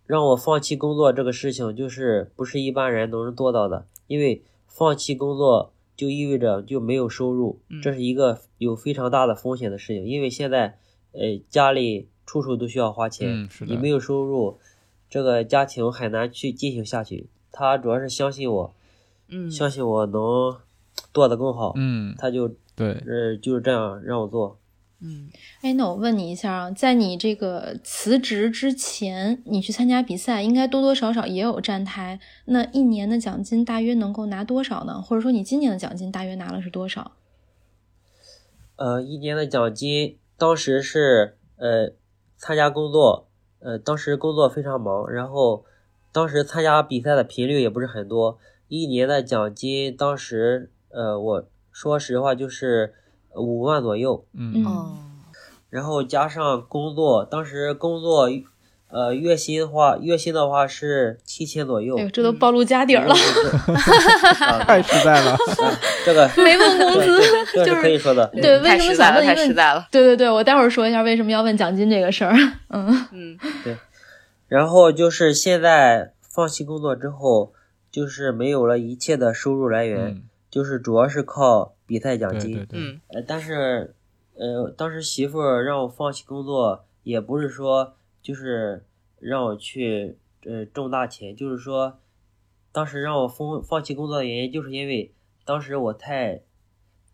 S4: 让我放弃工作这个事情，就是不是一般人能做到的，因为放弃工作就意味着就没有收入，这
S2: 嗯
S4: 是一个有非常大的风险的事情，因为现在呃家里处处都需要花钱，
S3: 嗯是
S4: 你
S3: 的
S4: 没有收入，这个家庭很难去进行下去。他主要是相信我，
S2: 嗯，
S4: 相信我能做得更好，
S3: 嗯，
S4: 他就
S3: 对，
S4: 呃就是这样让我做。
S2: 嗯
S1: 哎，那我问你一下啊，在你这个辞职之前，你去参加比赛，应该多多少少也有站台。那一年的奖金大约能够拿多少呢？或者说你今年的奖金大约拿了是多少？
S4: 呃，一年的奖金，当时是呃参加工作，呃当时工作非常忙，然后当时参加比赛的频率也不是很多。一年的奖金，当时呃我说实话就是五万左右，
S3: 嗯
S1: 嗯
S2: 哦，
S4: 然后加上工作，当时工作呃月薪的话，月薪的话是七千左右
S1: 哎呦，。这都暴露家底儿了，
S3: 太实在 了。
S4: 这个
S1: 没问 工资。
S4: 这
S1: 就是是
S4: 可以 说的，
S1: 对，为
S2: 太
S1: 什么
S2: 实在
S1: 想
S2: 了，
S1: 问一
S2: 太实
S1: 问？
S2: 在了，
S1: 对对对，我待会儿说一下为什么要问奖金这个事儿。嗯，
S2: 嗯
S4: 然后就是现在放弃工作之后，就是没有了一切的收入来源，
S3: 嗯，
S4: 就是主要是靠比赛奖
S3: 对
S4: 金。
S3: 对对，
S2: 嗯
S4: 呃，但是，呃，当时媳妇儿让我放弃工作，也不是说就是让我去呃挣大钱，就是说，当时让我放放弃工作的原因，就是因为当时我太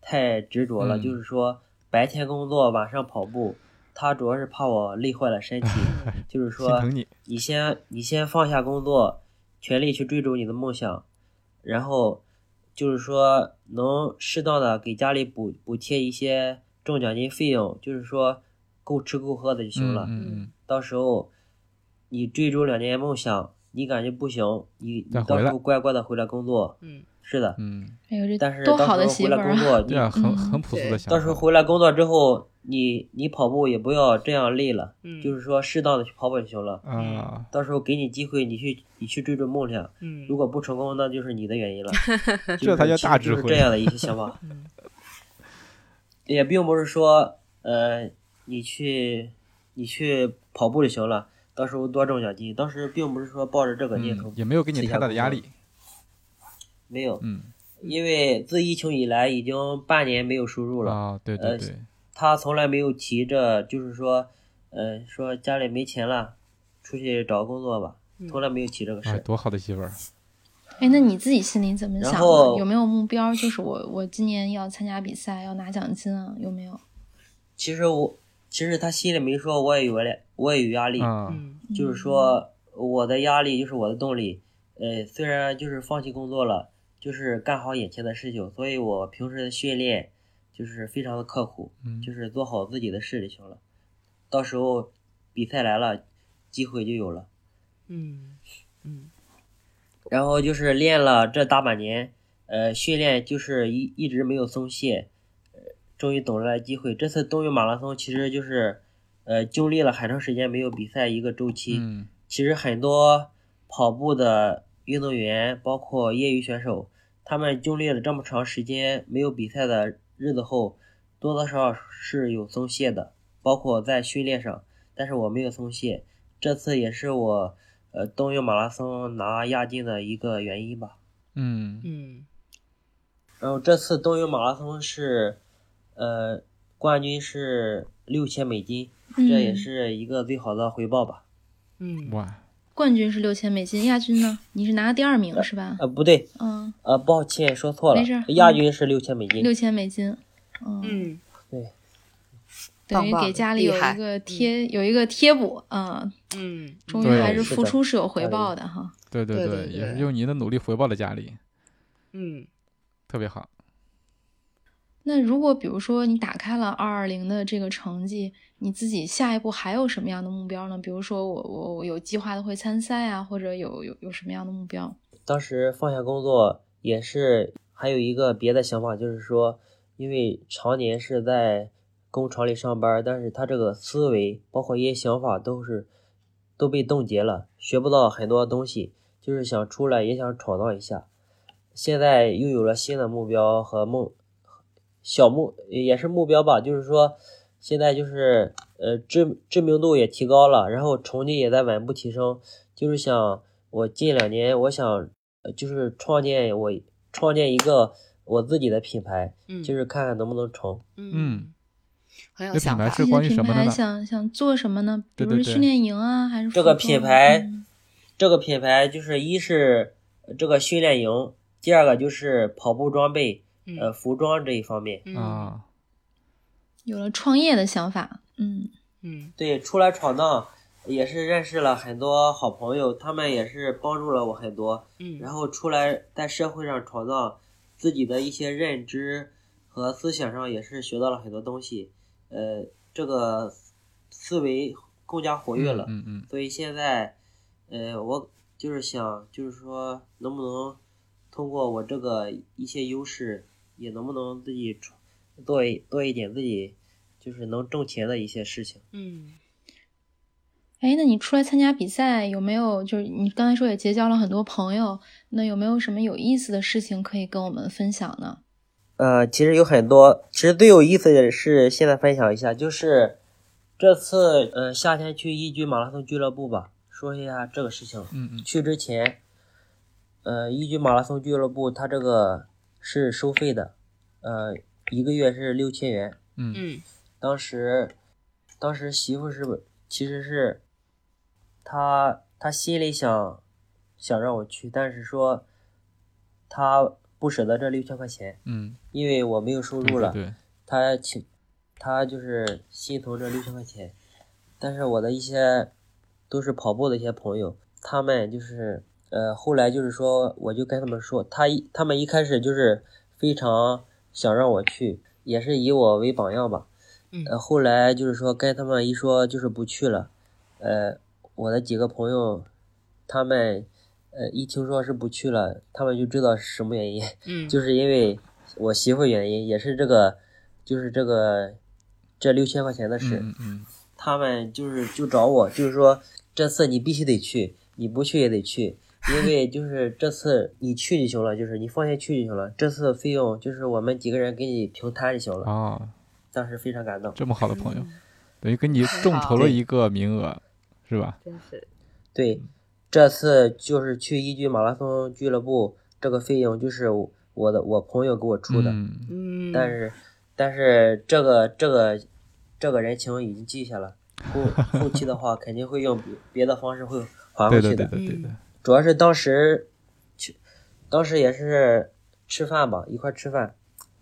S4: 太执着了，
S3: 嗯
S4: 就是说白天工作，晚上跑步。她主要是怕我累坏了身 体，就是
S3: 心
S4: 说
S3: 疼你。
S4: 你先你先放下工作，全力去追逐你的梦想，然后就是说能适当的给家里补补贴一些中奖金费用，就是说够吃够喝的就行了。
S3: 嗯嗯
S4: 到时候你追逐两年梦想，你感觉不行，你
S3: 再
S4: 你
S3: 回
S4: 到
S3: 来
S4: 时候乖乖的回来工作。
S2: 嗯，
S4: 是的，
S3: 嗯，
S1: 哎呦，
S4: 但
S1: 这
S4: 是
S1: 多好
S4: 到
S1: 的
S4: 时候
S1: 媳
S4: 回
S1: 妇
S4: 来
S1: 儿
S4: 工
S1: 啊！
S4: 作，
S3: 对啊，
S4: 你
S3: 很
S1: 嗯
S3: 很朴素的
S2: 对
S3: 想法。
S4: 到时候回来工作之后，你你跑步也不要这样累了，
S2: 嗯
S4: 就是说适当的去跑跑就
S1: 嗯
S4: 行了。
S3: 啊，
S4: 到时候给你机会，你去你去追逐梦想，
S2: 嗯
S4: 如果不成功，那就是你的原因了。就是
S3: 这才叫大
S4: 其实就
S3: 智
S4: 是
S3: 慧
S4: 这样的一些想法，
S2: 嗯
S4: 也并不是说呃，你去你去跑步就行了，到时候多挣奖金。当时并不是说抱着这个念头，
S3: 嗯，也没有给你
S4: 自己
S3: 太大
S4: 还
S3: 的
S4: 工
S3: 压
S4: 作
S3: 力。
S4: 没有，
S3: 嗯，
S4: 因为自疫情以来已经半年没有收入了。
S3: 啊，对对
S4: 呃
S3: 对，
S4: 他从来没有提着，就是说，呃，说家里没钱了，出去找工作吧，从来没有提这个事
S3: 哎，
S4: 儿。
S3: 多好的媳妇儿。
S1: 哎，那你自己心里怎么
S4: 然
S1: 想的？
S4: 后
S1: 有没有目标？就是我我今年要参加比赛，要拿奖金啊？有没有？
S4: 其实我，其实他心里没说，我也有压力，我也有压力，
S3: 啊，
S2: 嗯
S4: 就是说我的压力就是我的动力。呃，虽然就是放弃工作了，就是干好眼前的事情，所以我平时的训练就是非常的刻苦，
S3: 嗯
S4: 就是做好自己的事就行了。到时候比赛来了，机会就有了。
S2: 嗯嗯
S4: 然后就是练了这大半年，呃，训练就是一一直没有松懈，呃，终于等来了机会。这次冬泳马拉松其实就是，呃，经历了很长时间没有比赛一个周期。
S3: 嗯
S4: 其实很多跑步的运动员，包括业余选手，他们经历了这么长时间没有比赛的日子后，多多少少是有松懈的，包括在训练上。但是我没有松懈，这次也是我呃冬泳马拉松拿亚军的一个原因吧。
S3: 嗯
S2: 嗯
S4: 然后这次冬泳马拉松是，呃，冠军是六千美金，
S1: 嗯
S4: 这也是一个最好的回报吧。
S2: 嗯，
S3: 哇，
S1: 冠军是六千美金，亚军呢？你是拿了第二名是吧？
S4: 呃，不对，
S1: 嗯，
S4: 呃，抱歉说错了
S1: 没事儿，嗯
S4: 亚军是六千美金。
S1: 六千美金。嗯，
S2: 嗯
S1: 等于
S2: 棒棒
S1: 给家里有
S2: 厉害
S1: 一
S4: 嗯
S1: 个贴，有一个贴补啊。
S2: 嗯，
S1: 终于
S3: 对
S1: 还是
S4: 是
S1: 付
S4: 的
S1: 出是有回报的哈。
S3: 对对
S2: 对对
S3: 也是
S2: 对
S3: 用你的努力回报了家里，
S2: 嗯
S3: 特别好。
S1: 那如果比如说你打开了二二零的这个成绩，你自己下一步还有什么样的目标呢？比如说我我我有计划的会参赛啊，或者有有有什么样的目标？
S4: 当时放下工作也是还有一个别的想法，就是说，因为常年是在工厂里上班，但是他这个思维包括一些想法都是都被冻结了，学不到很多东西，就是想出来也想闯荡一下。现在又有了新的目标和梦，小目也是目标吧，就是说，现在就是呃知知名度也提高了，然后成绩也在稳步提升，就是想我近两年我想呃就是创建我创建一个我自己的品牌，
S2: 嗯，
S4: 就是看看能不能成。
S2: 嗯很有
S3: 这品
S2: 想
S3: 牌
S2: 法，
S3: 是关于
S1: 这
S3: 什
S1: 个
S3: 么
S1: 品
S3: 的
S1: 牌
S3: 呢？
S1: 想想做什么呢？比
S3: 对
S1: 如
S3: 对
S1: 是
S3: 对
S1: 训练营啊，还是
S4: 这个
S1: 服装
S4: 品牌
S1: 嗯
S4: 这个品牌就是一是这个训练营，第二个就是跑步装备，
S3: 嗯
S4: 呃服装这一方面。
S2: 嗯
S3: 啊，
S1: 有了创业的想法。嗯，
S2: 嗯
S4: 对，出来闯荡也是认识了很多好朋友，他们也是帮助了我很多。
S2: 嗯，
S4: 然后出来在社会上闯荡，自己的一些认知和思想上也是学到了很多东西，呃，这个思维更加活跃了。
S3: 嗯嗯
S4: 所以现在，呃，我就是想，就是说，能不能通过我这个一些优势，也能不能自己创做一做一点自己就是能挣钱的一些事情。
S2: 嗯
S1: 哎，那你出来参加比赛有没有？就是你刚才说也结交了很多朋友，那有没有什么有意思的事情可以跟我们分享呢？
S4: 呃，其实有很多，其实最有意思的是现在分享一下，就是这次呃夏天去一居马拉松俱乐部吧，说一下这个事情。
S3: 嗯嗯
S4: 去之前，呃，一居马拉松俱乐部它这个是收费的，呃，一个月是六千元。
S3: 嗯嗯
S2: 嗯
S4: 当时，当时媳妇是其实是，她她心里想想让我去，但是说她不舍得这六千块钱。
S3: 嗯，
S4: 因为我没有收
S3: 对
S4: 入
S3: 对
S4: 了，
S3: 对，
S4: 他请他就是心疼这六千块钱，但是我的一些都是跑步的一些朋友，他们就是呃后来就是说我就跟他们说，他一他们一开始就是非常想让我去，也是以我为榜样吧，
S2: 嗯
S4: 呃后来就是说跟他们一说就是不去了，呃我的几个朋友，他们呃一听说是不去了，他们就知道是什么原因，
S2: 嗯，
S4: 就是因为我媳妇原因，也是这个，就是这个这六千块钱的事，
S3: 嗯嗯
S4: 他们就是就找我，就是说这次你必须得去，你不去也得去，因为就是这次你去就行了，就是你放心去就行了，这次费用就是我们几个人给你平摊就行
S3: 嗯，
S4: 了。
S3: 哦，
S4: 当时非常感动。
S3: 这么好的朋友，
S2: 嗯
S3: 等于给你
S2: 很
S3: 众
S2: 好
S3: 筹了
S4: 对
S3: 一个名额，是吧？
S2: 真是
S4: 对，这次就是去一居马拉松俱乐部，这个费用就是我我的我朋友给我出的，
S3: 嗯
S2: 嗯，
S4: 但是但是这个这个这个人情已经记下了，后后期的话肯定会用别别的方式会还回
S3: 对
S4: 去
S3: 对
S4: 的。
S3: 对对对对，
S1: 嗯
S4: 主要是当时去，当时也是吃饭吧，一块吃饭，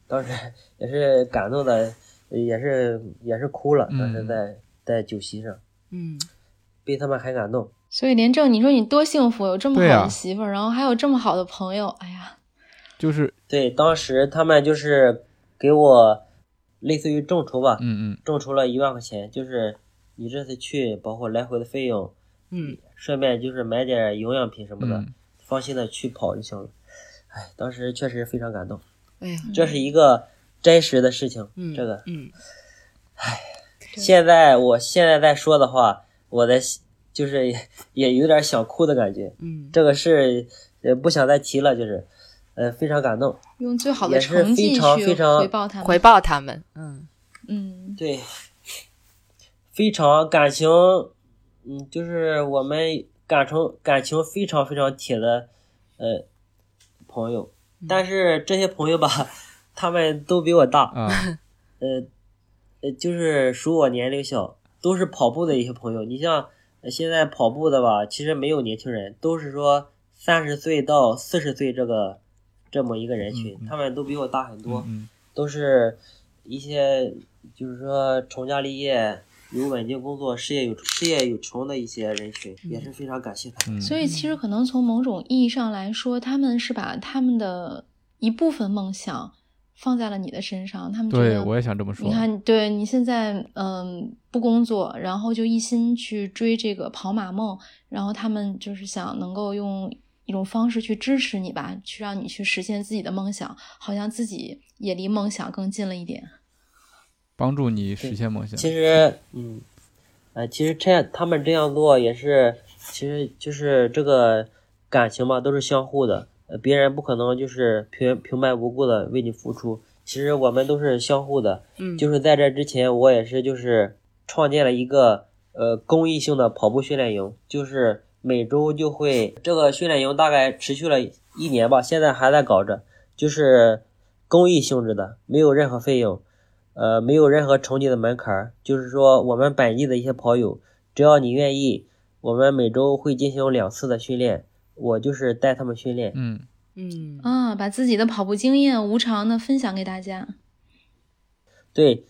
S4: 当时也是感动的，也是也是哭了，当时
S3: 嗯
S4: 在、在酒席上
S2: 嗯，
S4: 被他们很感动。
S1: 所以廉政，你说你多幸福，有这么好
S3: 对啊
S1: 的媳妇儿，然后还有这么好的朋友，哎呀，
S3: 就是
S4: 对，当时他们就是给我类似于众筹吧，
S3: 嗯嗯
S4: 众筹了一万块钱，就是你这次去，包括来回的费用，
S2: 嗯，
S4: 顺便就是买点营养品什么的，
S3: 嗯
S4: 放心的去跑就行了。哎，当时确实非常感动，
S2: 哎呀，
S4: 这是一个真实的事情。
S2: 嗯，
S4: 这个
S2: 嗯，
S4: 现在我现在在说的话，我的心就是也也有点想哭的感觉。
S2: 嗯，
S4: 这个事呃不想再提了，就是呃非常感动。
S1: 用最好的
S4: 也是
S1: 成绩
S4: 非常
S1: 去
S4: 非常
S1: 回报他们。
S2: 回报他们，嗯
S1: 嗯，
S4: 对，非常感情，嗯，就是我们感情感情非常非常铁的，呃，朋友。
S3: 嗯
S4: 但是这些朋友吧，他们都比我大，
S3: 啊，
S4: 呃，呃，
S3: 嗯
S4: 就是属我年龄小，都是跑步的一些朋友。你像呃现在跑步的吧，其实没有年轻人，都是说三十岁到四十岁这个这么一个人群
S3: 嗯，嗯
S4: 他们都比我大很多。
S3: 嗯
S4: 都是一些就是说成家立业、有稳定工作、事业有事业有成的一些人群，也是非常感谢他
S3: 嗯，
S4: 们。
S1: 所以其实可能从某种意义上来说，他们是把他们的一部分梦想放在了你的身上，他们觉
S3: 对
S1: 得
S3: 我也想这么说，
S1: 你看，对你现在嗯不工作，然后就一心去追这个跑马梦，然后他们就是想能够用一种方式去支持你吧，去让你去实现自己的梦想，好像自己也离梦想更近了一点。
S3: 帮助你实现梦想，
S4: 其实，嗯，呃，其实这样他们这样做也是，其实就是这个感情嘛，都是相互的。呃，别人不可能就是平平白无故的为你付出，其实我们都是相互的。
S2: 嗯，
S4: 就是在这之前，我也是就是创建了一个呃公益性的跑步训练营，就是每周就会这个训练营大概持续了一年吧，现在还在搞着，就是公益性质的，没有任何费用，呃，没有任何成绩的门槛儿，就是说我们本地的一些跑友，只要你愿意，我们每周会进行两次的训练，我就是带他们训练，
S3: 嗯
S2: 嗯
S1: 啊，把自己的跑步经验无偿的分享给大家。
S4: 对，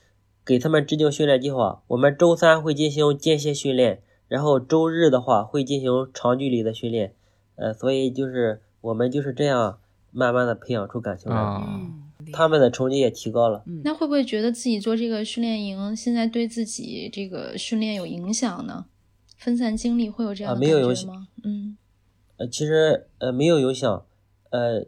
S4: 给他们制定训练计划。我们周三会进行间歇训练，然后周日的话会进行长距离的训练。呃，所以就是我们就是这样慢慢的培养出感情来。
S3: 啊，
S2: 嗯，
S4: 他们的成绩也提高了。
S2: 嗯
S1: 那会不会觉得自己做这个训练营，现在对自己这个训练有影响呢？分散精力会有这样
S4: 啊
S1: 的
S4: 没有
S1: 感
S4: 影
S1: 觉
S4: 响
S1: 吗？嗯，
S4: 呃，其实呃没有影响。呃，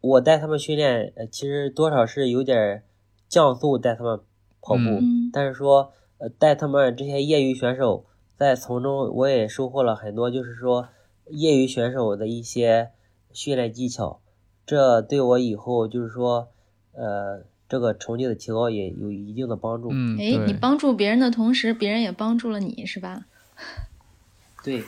S4: 我带他们训练，呃，其实多少是有点儿降速带他们跑步，
S1: 嗯
S4: 但是说呃带他们这些业余选手，在从中我也收获了很多，就是说业余选手的一些训练技巧，这对我以后就是说呃这个成绩的提高也有一定的帮助。
S3: 嗯，
S1: 诶，哎你
S3: 对，
S1: 帮助别人的同时，别人也帮助了你，是吧？
S4: 对，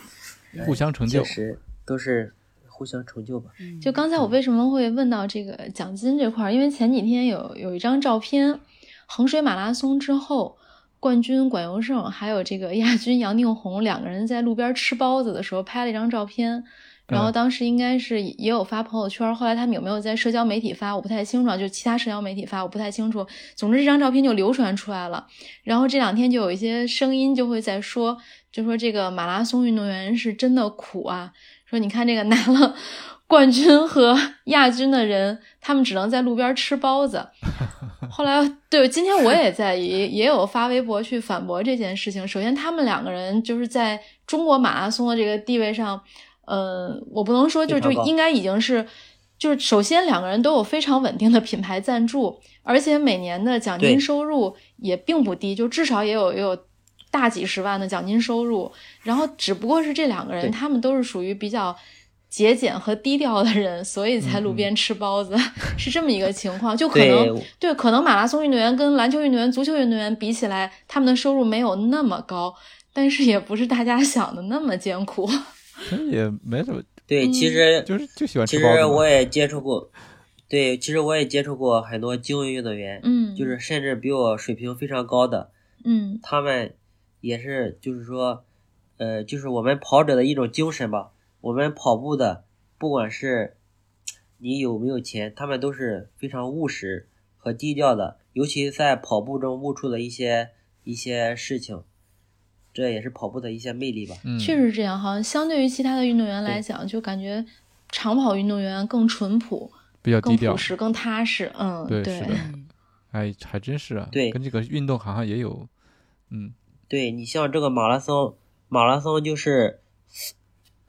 S3: 互相成就
S4: 确，实都是互相成就吧。
S2: 嗯
S1: 就刚才我为什么会问到这个奖金这块儿，因为前几天有有一张照片，衡水马拉松之后，冠军管尤胜还有这个亚军杨定宏两个人在路边吃包子的时候拍了一张照片，然后
S3: 嗯
S1: 当时应该是也有发朋友圈儿，后来他们有没有在社交媒体发，我不太清楚，啊，就其他社交媒体发我不太清楚。总之这张照片就流传出来了，然后这两天就有一些声音就会在说，就说这个马拉松运动员是真的苦啊，说你看这个拿了 冠军和亚军的人，他们只能在路边吃包子。后来，对，今天我也在也也有发微博去反驳这件事情。首先，他们两个人就是在中国马拉松的这个地位上，呃，我不能说就就
S4: 非常高
S1: 应该已经是，就是首先两个人都有非常稳定的品牌赞助，而且每年的奖金
S4: 对
S1: 收入也并不低，就至少也有也有大几十万的奖金收入。然后只不过是这两个人，
S4: 对
S1: 他们都是属于比较节俭和低调的人，所以才路边吃包子， 是这么一个情况。就可能
S4: 嗯对
S1: 对，可能马拉松运动员跟篮球运动员、足球运动员比起来，他们的收入没有那么高，但是也不是大家 想的那么艰苦。
S3: 其实也没什么，
S4: 对，其
S1: 嗯
S4: 实
S3: 就是就喜欢
S4: 其
S3: 吃包子
S4: 实
S3: 嘛。
S4: 我也接触过，对，其实我也接触过很多精英运动员，
S1: 嗯，
S4: 就是甚至比我水平非常高的，
S1: 嗯
S4: 他们也是就是说，呃，就是我们跑者的一种精神吧。我们跑步的，不管是你有没有钱，他们都是非常务实和低调的，尤其在跑步中悟出了一些一些事情，这也是跑步的一些魅力吧。
S3: 嗯
S1: 确实是这样，好像相对于其他的运动员来讲，就感觉长跑运动员更淳朴、
S3: 比较低
S1: 更
S3: 调
S1: 朴，实、更踏实。嗯，
S3: 对
S1: 对，
S3: 是的哎，还真是啊，
S4: 对
S3: 跟这个运动好像也有，嗯，
S4: 对你像这个马拉松，马拉松就是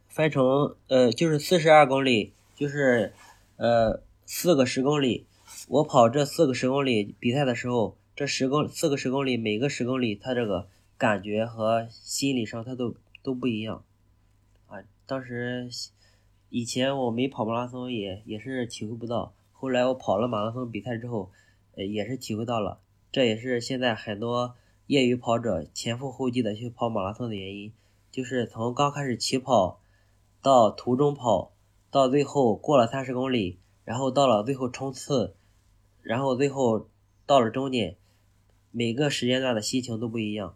S4: 分成呃，就是四十二公里，就是呃四个十公里。我跑这四个十公里比赛的时候，这十公四个十公里，每个十公里它这个感觉和心理上它都都不一样啊。当时以前我没跑马拉松也也是体会不到，后来我跑了马拉松比赛之后，呃也是体会到了。这也是现在很多业余跑者前赴后继的去跑马拉松的原因，就是从刚开始起跑，到途中跑，到最后过了三十公里，然后到了最后冲刺，然后最后到了终点，每个时间段的心情都不一样，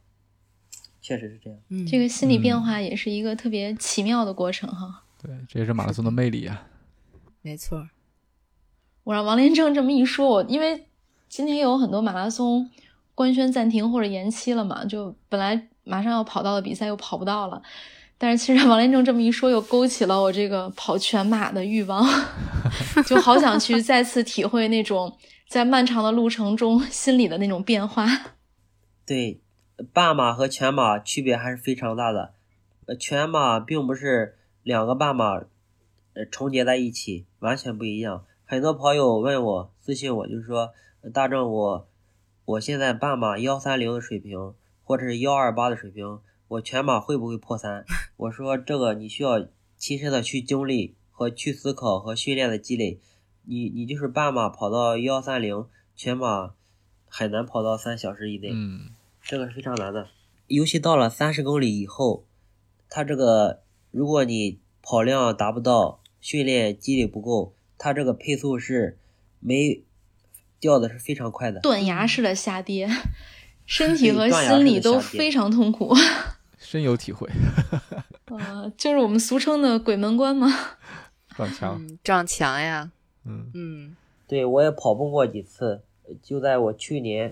S4: 确实是这样。
S2: 嗯
S1: 这个心理变化也是一个特别奇妙的过程哈。
S3: 对，这也是马拉松的魅力啊。
S2: 没错儿，
S1: 我让王连正这么一说，我因为今天有很多马拉松官宣暂停或者延期了嘛，就本来马上要跑到的比赛又跑不到了。但是其实王连正这么一说，又勾起了我这个跑全马的欲望， 就好想去再次体会那种在漫长的路程中心里的那种变化。
S4: 对，半马和全马区别还是非常大的。呃，全马并不是两个半马，呃，重叠在一起，完全不一样。很多跑友问我私信我，就是说，呃大正我我现在半马幺三零的水平，或者是幺二八的水平，我全马会不会破三？ 我说这个你需要亲身的去经历和去思考和训练的积累。你你就是半马跑到幺三零，全马很难跑到三小时以内。
S3: 嗯，
S4: 这个是非常难的，尤其到了三十公里以后，它这个如果你跑量达不到，训练积累不够，它这个配速是没掉的是非常快的。
S1: 断崖式的下跌，身体和
S4: 对断崖式的
S1: 心理都
S4: 下跌
S1: 非常痛苦。
S3: 深有体会，
S1: 呃，就是我们俗称的鬼门关嘛。
S3: 撞墙，
S2: 嗯，撞墙呀，
S3: 嗯，
S2: 嗯，
S4: 对我也跑步过几次，就在我去年，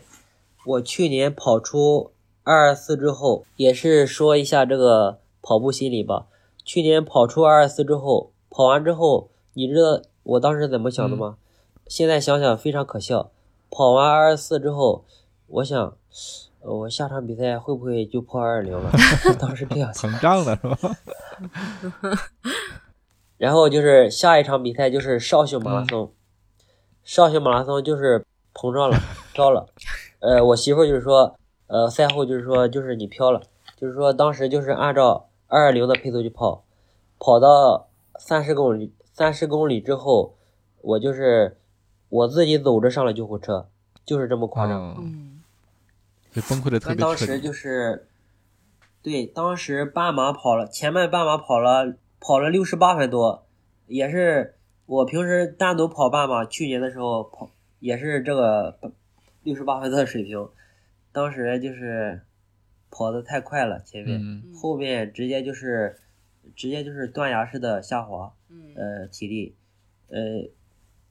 S4: 我去年跑出二二四之后，也是说一下这个跑步心理吧。去年跑出二二四之后，跑完之后，你知道我当时怎么想的吗？现在想想非常可笑。跑完二二四之后，我想，呃我下场比赛会不会就破二二零了？ 当时这样想。
S3: 膨胀了是吧？
S4: 然后就是下一场比赛就是绍兴马拉松，绍兴马拉松就是膨胀了，飘了。呃，我媳妇儿就是说，呃，赛后就是说，就是你飘了，就是说当时就是按照二二零的配速去跑，跑到三十公里，三十公里之后，我就是我自己走着上了救护车，就是这么 夸张。
S3: 嗯，
S2: 嗯，
S3: 就崩溃的特
S4: 咱
S3: 别
S4: 当
S3: 彻
S4: 时
S3: 底，
S4: 就是，对，当时半马跑了，前面半马跑了跑了六十八分多，也是我平时单独跑半马，去年的时候跑也是这个六十八分多的水平，当时就是跑的太快了，前面、
S3: 嗯，
S4: 后面直接就是直接就是断崖式的下滑，
S2: 嗯，
S4: 呃体力，呃，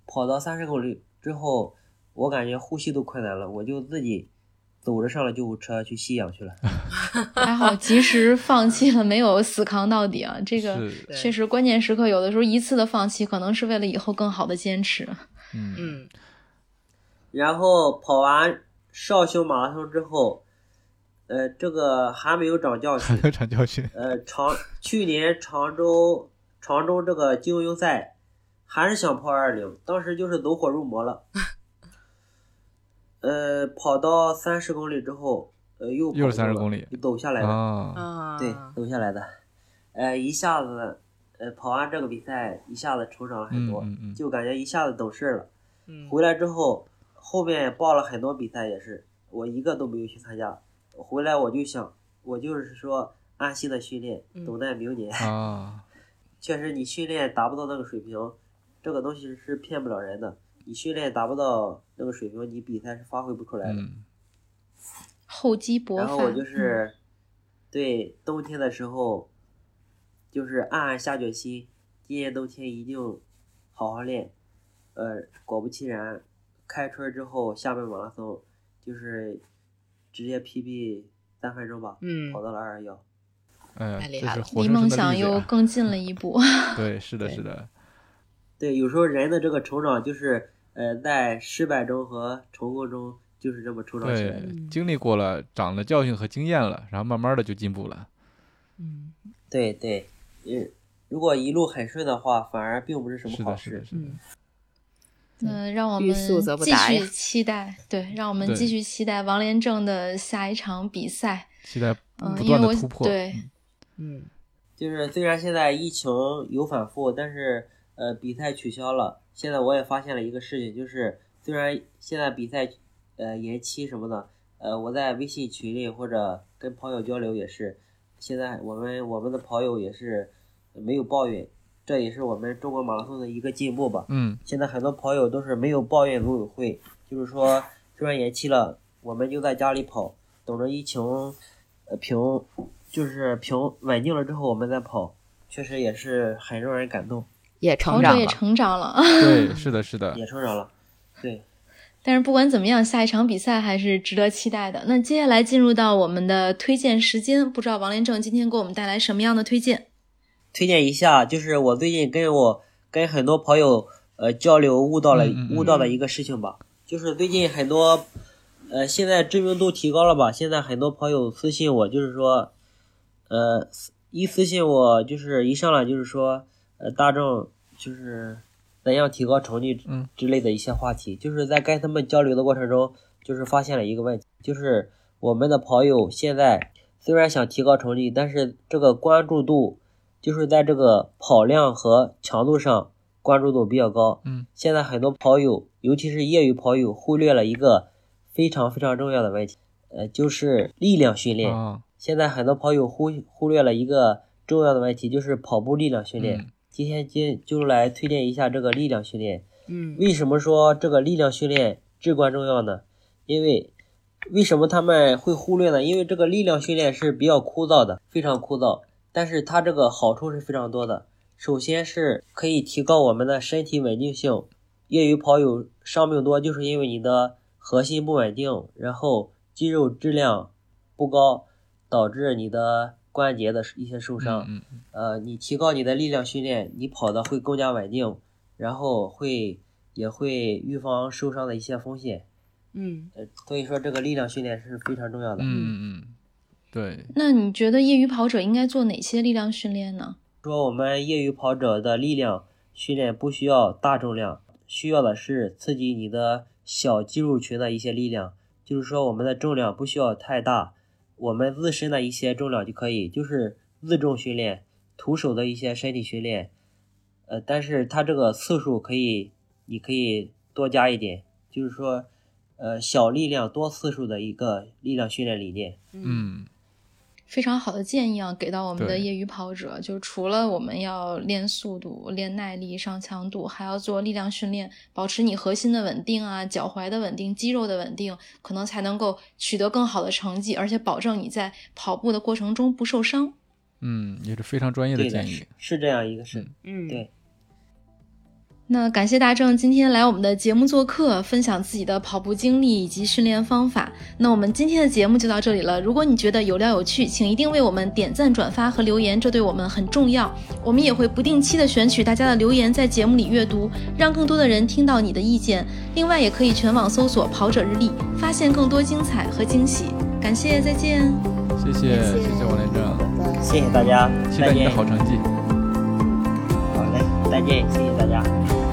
S4: 跑到三十公里之后，我感觉呼吸都困难了，我就自己走着上了救护车去吸氧去了。
S1: 还好及时放弃了，没有死扛到底啊！这个
S3: 是
S1: 确实关键时刻，有的时候一次的放弃，可能是为了以后更好的坚持。
S3: 嗯，
S2: 嗯，
S4: 然后跑完绍兴马拉松之后，呃，这个还没有长教训
S3: 还，有场教训，
S4: 呃，常去年常州常州这个精英赛，还是想跑二零，当时就是走火入魔了。呃，跑到三十公里之后，呃，又
S3: 又是
S4: 跑
S3: 30
S4: 步了
S3: 公里
S4: 走下来的，
S3: 啊，
S2: 啊，
S4: 对，走下来的。呃，一下子，呃，跑完这个比赛，一下子成长了很
S3: 嗯
S4: 多，
S3: 嗯嗯，
S4: 就感觉一下子懂事了。
S2: 嗯
S4: 回来之后，后面报了很多比赛，也是我一个都没有去参加。回来我就想，我就是说安心的训练
S2: 嗯，
S4: 等待明年。
S3: 啊，
S4: 确实，你训练达不到那个水平，这个东西是骗不了人的。你训练达不到那个水平，你比赛是发挥不出来的。
S3: 嗯
S1: 厚积薄发。
S4: 然后我就是，对冬天的时候，就是暗暗下决心，今年冬天一定好好练。呃，果不其然，开春之后厦门马拉松就是直接 PB 三分钟吧，
S2: 嗯
S4: 跑到了二幺。
S3: 哎
S2: 太厉
S3: 呀，这
S2: 害
S3: 是
S1: 嗯
S2: 了
S3: 活
S1: 离
S3: 生生
S1: 梦
S3: 的
S1: 想
S3: 例子
S1: 又
S3: 呀，
S1: 更近了一步。
S3: 对，是的，
S4: 对
S3: 是的，
S4: 对，有时候人的这个成长就是，呃，在失败中和成功中就是这么成长起来
S1: 嗯
S4: 的。
S3: 对，经历过了，长了教训和经验了，然后慢慢的就进步了，
S2: 嗯
S4: 对对，嗯，如果一路很顺的话，反而并不是什么
S3: 是
S4: 好
S3: 的，是
S4: 事
S3: 的，。是的
S2: 嗯，
S1: 那让我
S2: 啊欲
S1: 们
S2: 速则不
S1: 继
S2: 达呀
S1: 续期待，对，让我们
S3: 对
S1: 继续期待王连正的下一场比赛。
S3: 期待
S1: 嗯
S3: 不，
S1: 因为
S3: 断
S1: 我
S3: 的突破，
S1: 对，
S2: 嗯
S4: 就是虽然现在疫情有反复，但是呃，比赛取消了。现在我也发现了一个事情，就是虽然现在比赛呃延期什么的，呃，我在微信群里或者跟朋友交流也是，现在我们我们的跑友也是没有抱怨，这也是我们中国马拉松的一个进步吧。
S3: 嗯，
S4: 现在很多跑友都是没有抱怨组委会，就是说虽然延期了，我们就在家里跑，等着疫情呃平，就是平稳定了之后我们再跑，确实也是很让人感动，
S2: 也
S1: 陶喆
S2: 成长
S1: 也
S2: 了，
S1: 成长了。
S3: 嗯对，是的，是的，
S4: 也成长了。对，
S1: 但是不管怎么样，下一场比赛还是值得期待的。那接下来进入到我们的推荐时间，不知道王连正今天给我们带来什么样的推荐？
S4: 推荐一下，就是我最近跟我跟很多朋友呃交流悟到了
S3: 嗯嗯嗯
S4: 悟到的一个事情吧，就是最近很多呃现在知名度提高了吧，现在很多朋友私信我，就是说呃一私信我就是一上来就是说呃大众就是怎样提高成绩
S3: 嗯
S4: 之类的一些话题，就是在跟他们交流的过程中，就是发现了一个问题，就是我们的跑友现在虽然想提高成绩，但是这个关注度就是在这个跑量和强度上关注度比较高。
S3: 嗯，
S4: 现在很多跑友，尤其是业余跑友，忽略了一个非常非常重要的问题，呃，就是力量训练。
S3: 啊，
S4: 现在很多跑友忽忽略了一个重要的问题，就是跑步力量训练。
S3: 嗯
S4: 今天今就来推荐一下这个力量训练。
S2: 嗯
S4: 为什么说这个力量训练至关重要呢？因为为什么他们会忽略呢？因为这个力量训练是比较枯燥的，非常枯燥，但是它这个好处是非常多的。首先是可以提高我们的身体稳定性。业余跑友伤病多，就是因为你的核心不稳定，然后肌肉质量不高，导致你的关节的一些受伤。
S3: 嗯嗯，
S4: 呃，你提高你的力量训练，你跑的会更加稳定，然后会也会预防受伤的一些风险。
S2: 嗯
S4: 呃，所以说这个力量训练是非常重要
S3: 嗯
S4: 的。
S3: 嗯嗯，对，
S1: 那你觉得业余跑者应该做哪些力量训练呢？
S4: 说我们业余跑者的力量训练不需要大重量，需要的是刺激你的小肌肉群的一些力量。就是说我们的重量不需要太大，我们自身的一些重量就可以，就是自重训练、徒手的一些身体训练。呃，但是它这个次数可以，你可以多加一点，就是说，呃，小力量多次数的一个力量训练理念。
S3: 嗯
S1: 非常好的建议啊，给到我们的
S3: 对
S1: 业余跑者，就是除了我们要练速度、练耐力、上强度，还要做力量训练，保持你核心的稳定啊、脚踝的稳定、肌肉的稳定，可能才能够取得更好的成绩，而且保证你在跑步的过程中不受伤。
S3: 嗯，也是非常专业的
S4: 对
S3: 建
S4: 的，
S3: 议
S4: 是，是这样一个事。
S3: 嗯
S2: 嗯，
S4: 对
S1: 那感谢大正今天来我们的节目做客，分享自己的跑步经历以及训练方法。那我们今天的节目就到这里了。如果你觉得有料有趣，请一定为我们点赞、转发和留言，这对我们很重要。我们也会不定期的选取大家的留言，在节目里阅读，让更多的人听到你的意见。另外，也可以全网搜索“跑者日历”，发现更多精彩和惊喜。感谢，再见。
S3: 谢谢
S2: 谢
S3: 谢谢王连正，
S4: 谢谢大家，
S3: 期
S4: 再
S3: 待你
S4: 见
S3: 的，好成绩。
S4: 好嘞，再见，谢谢大家。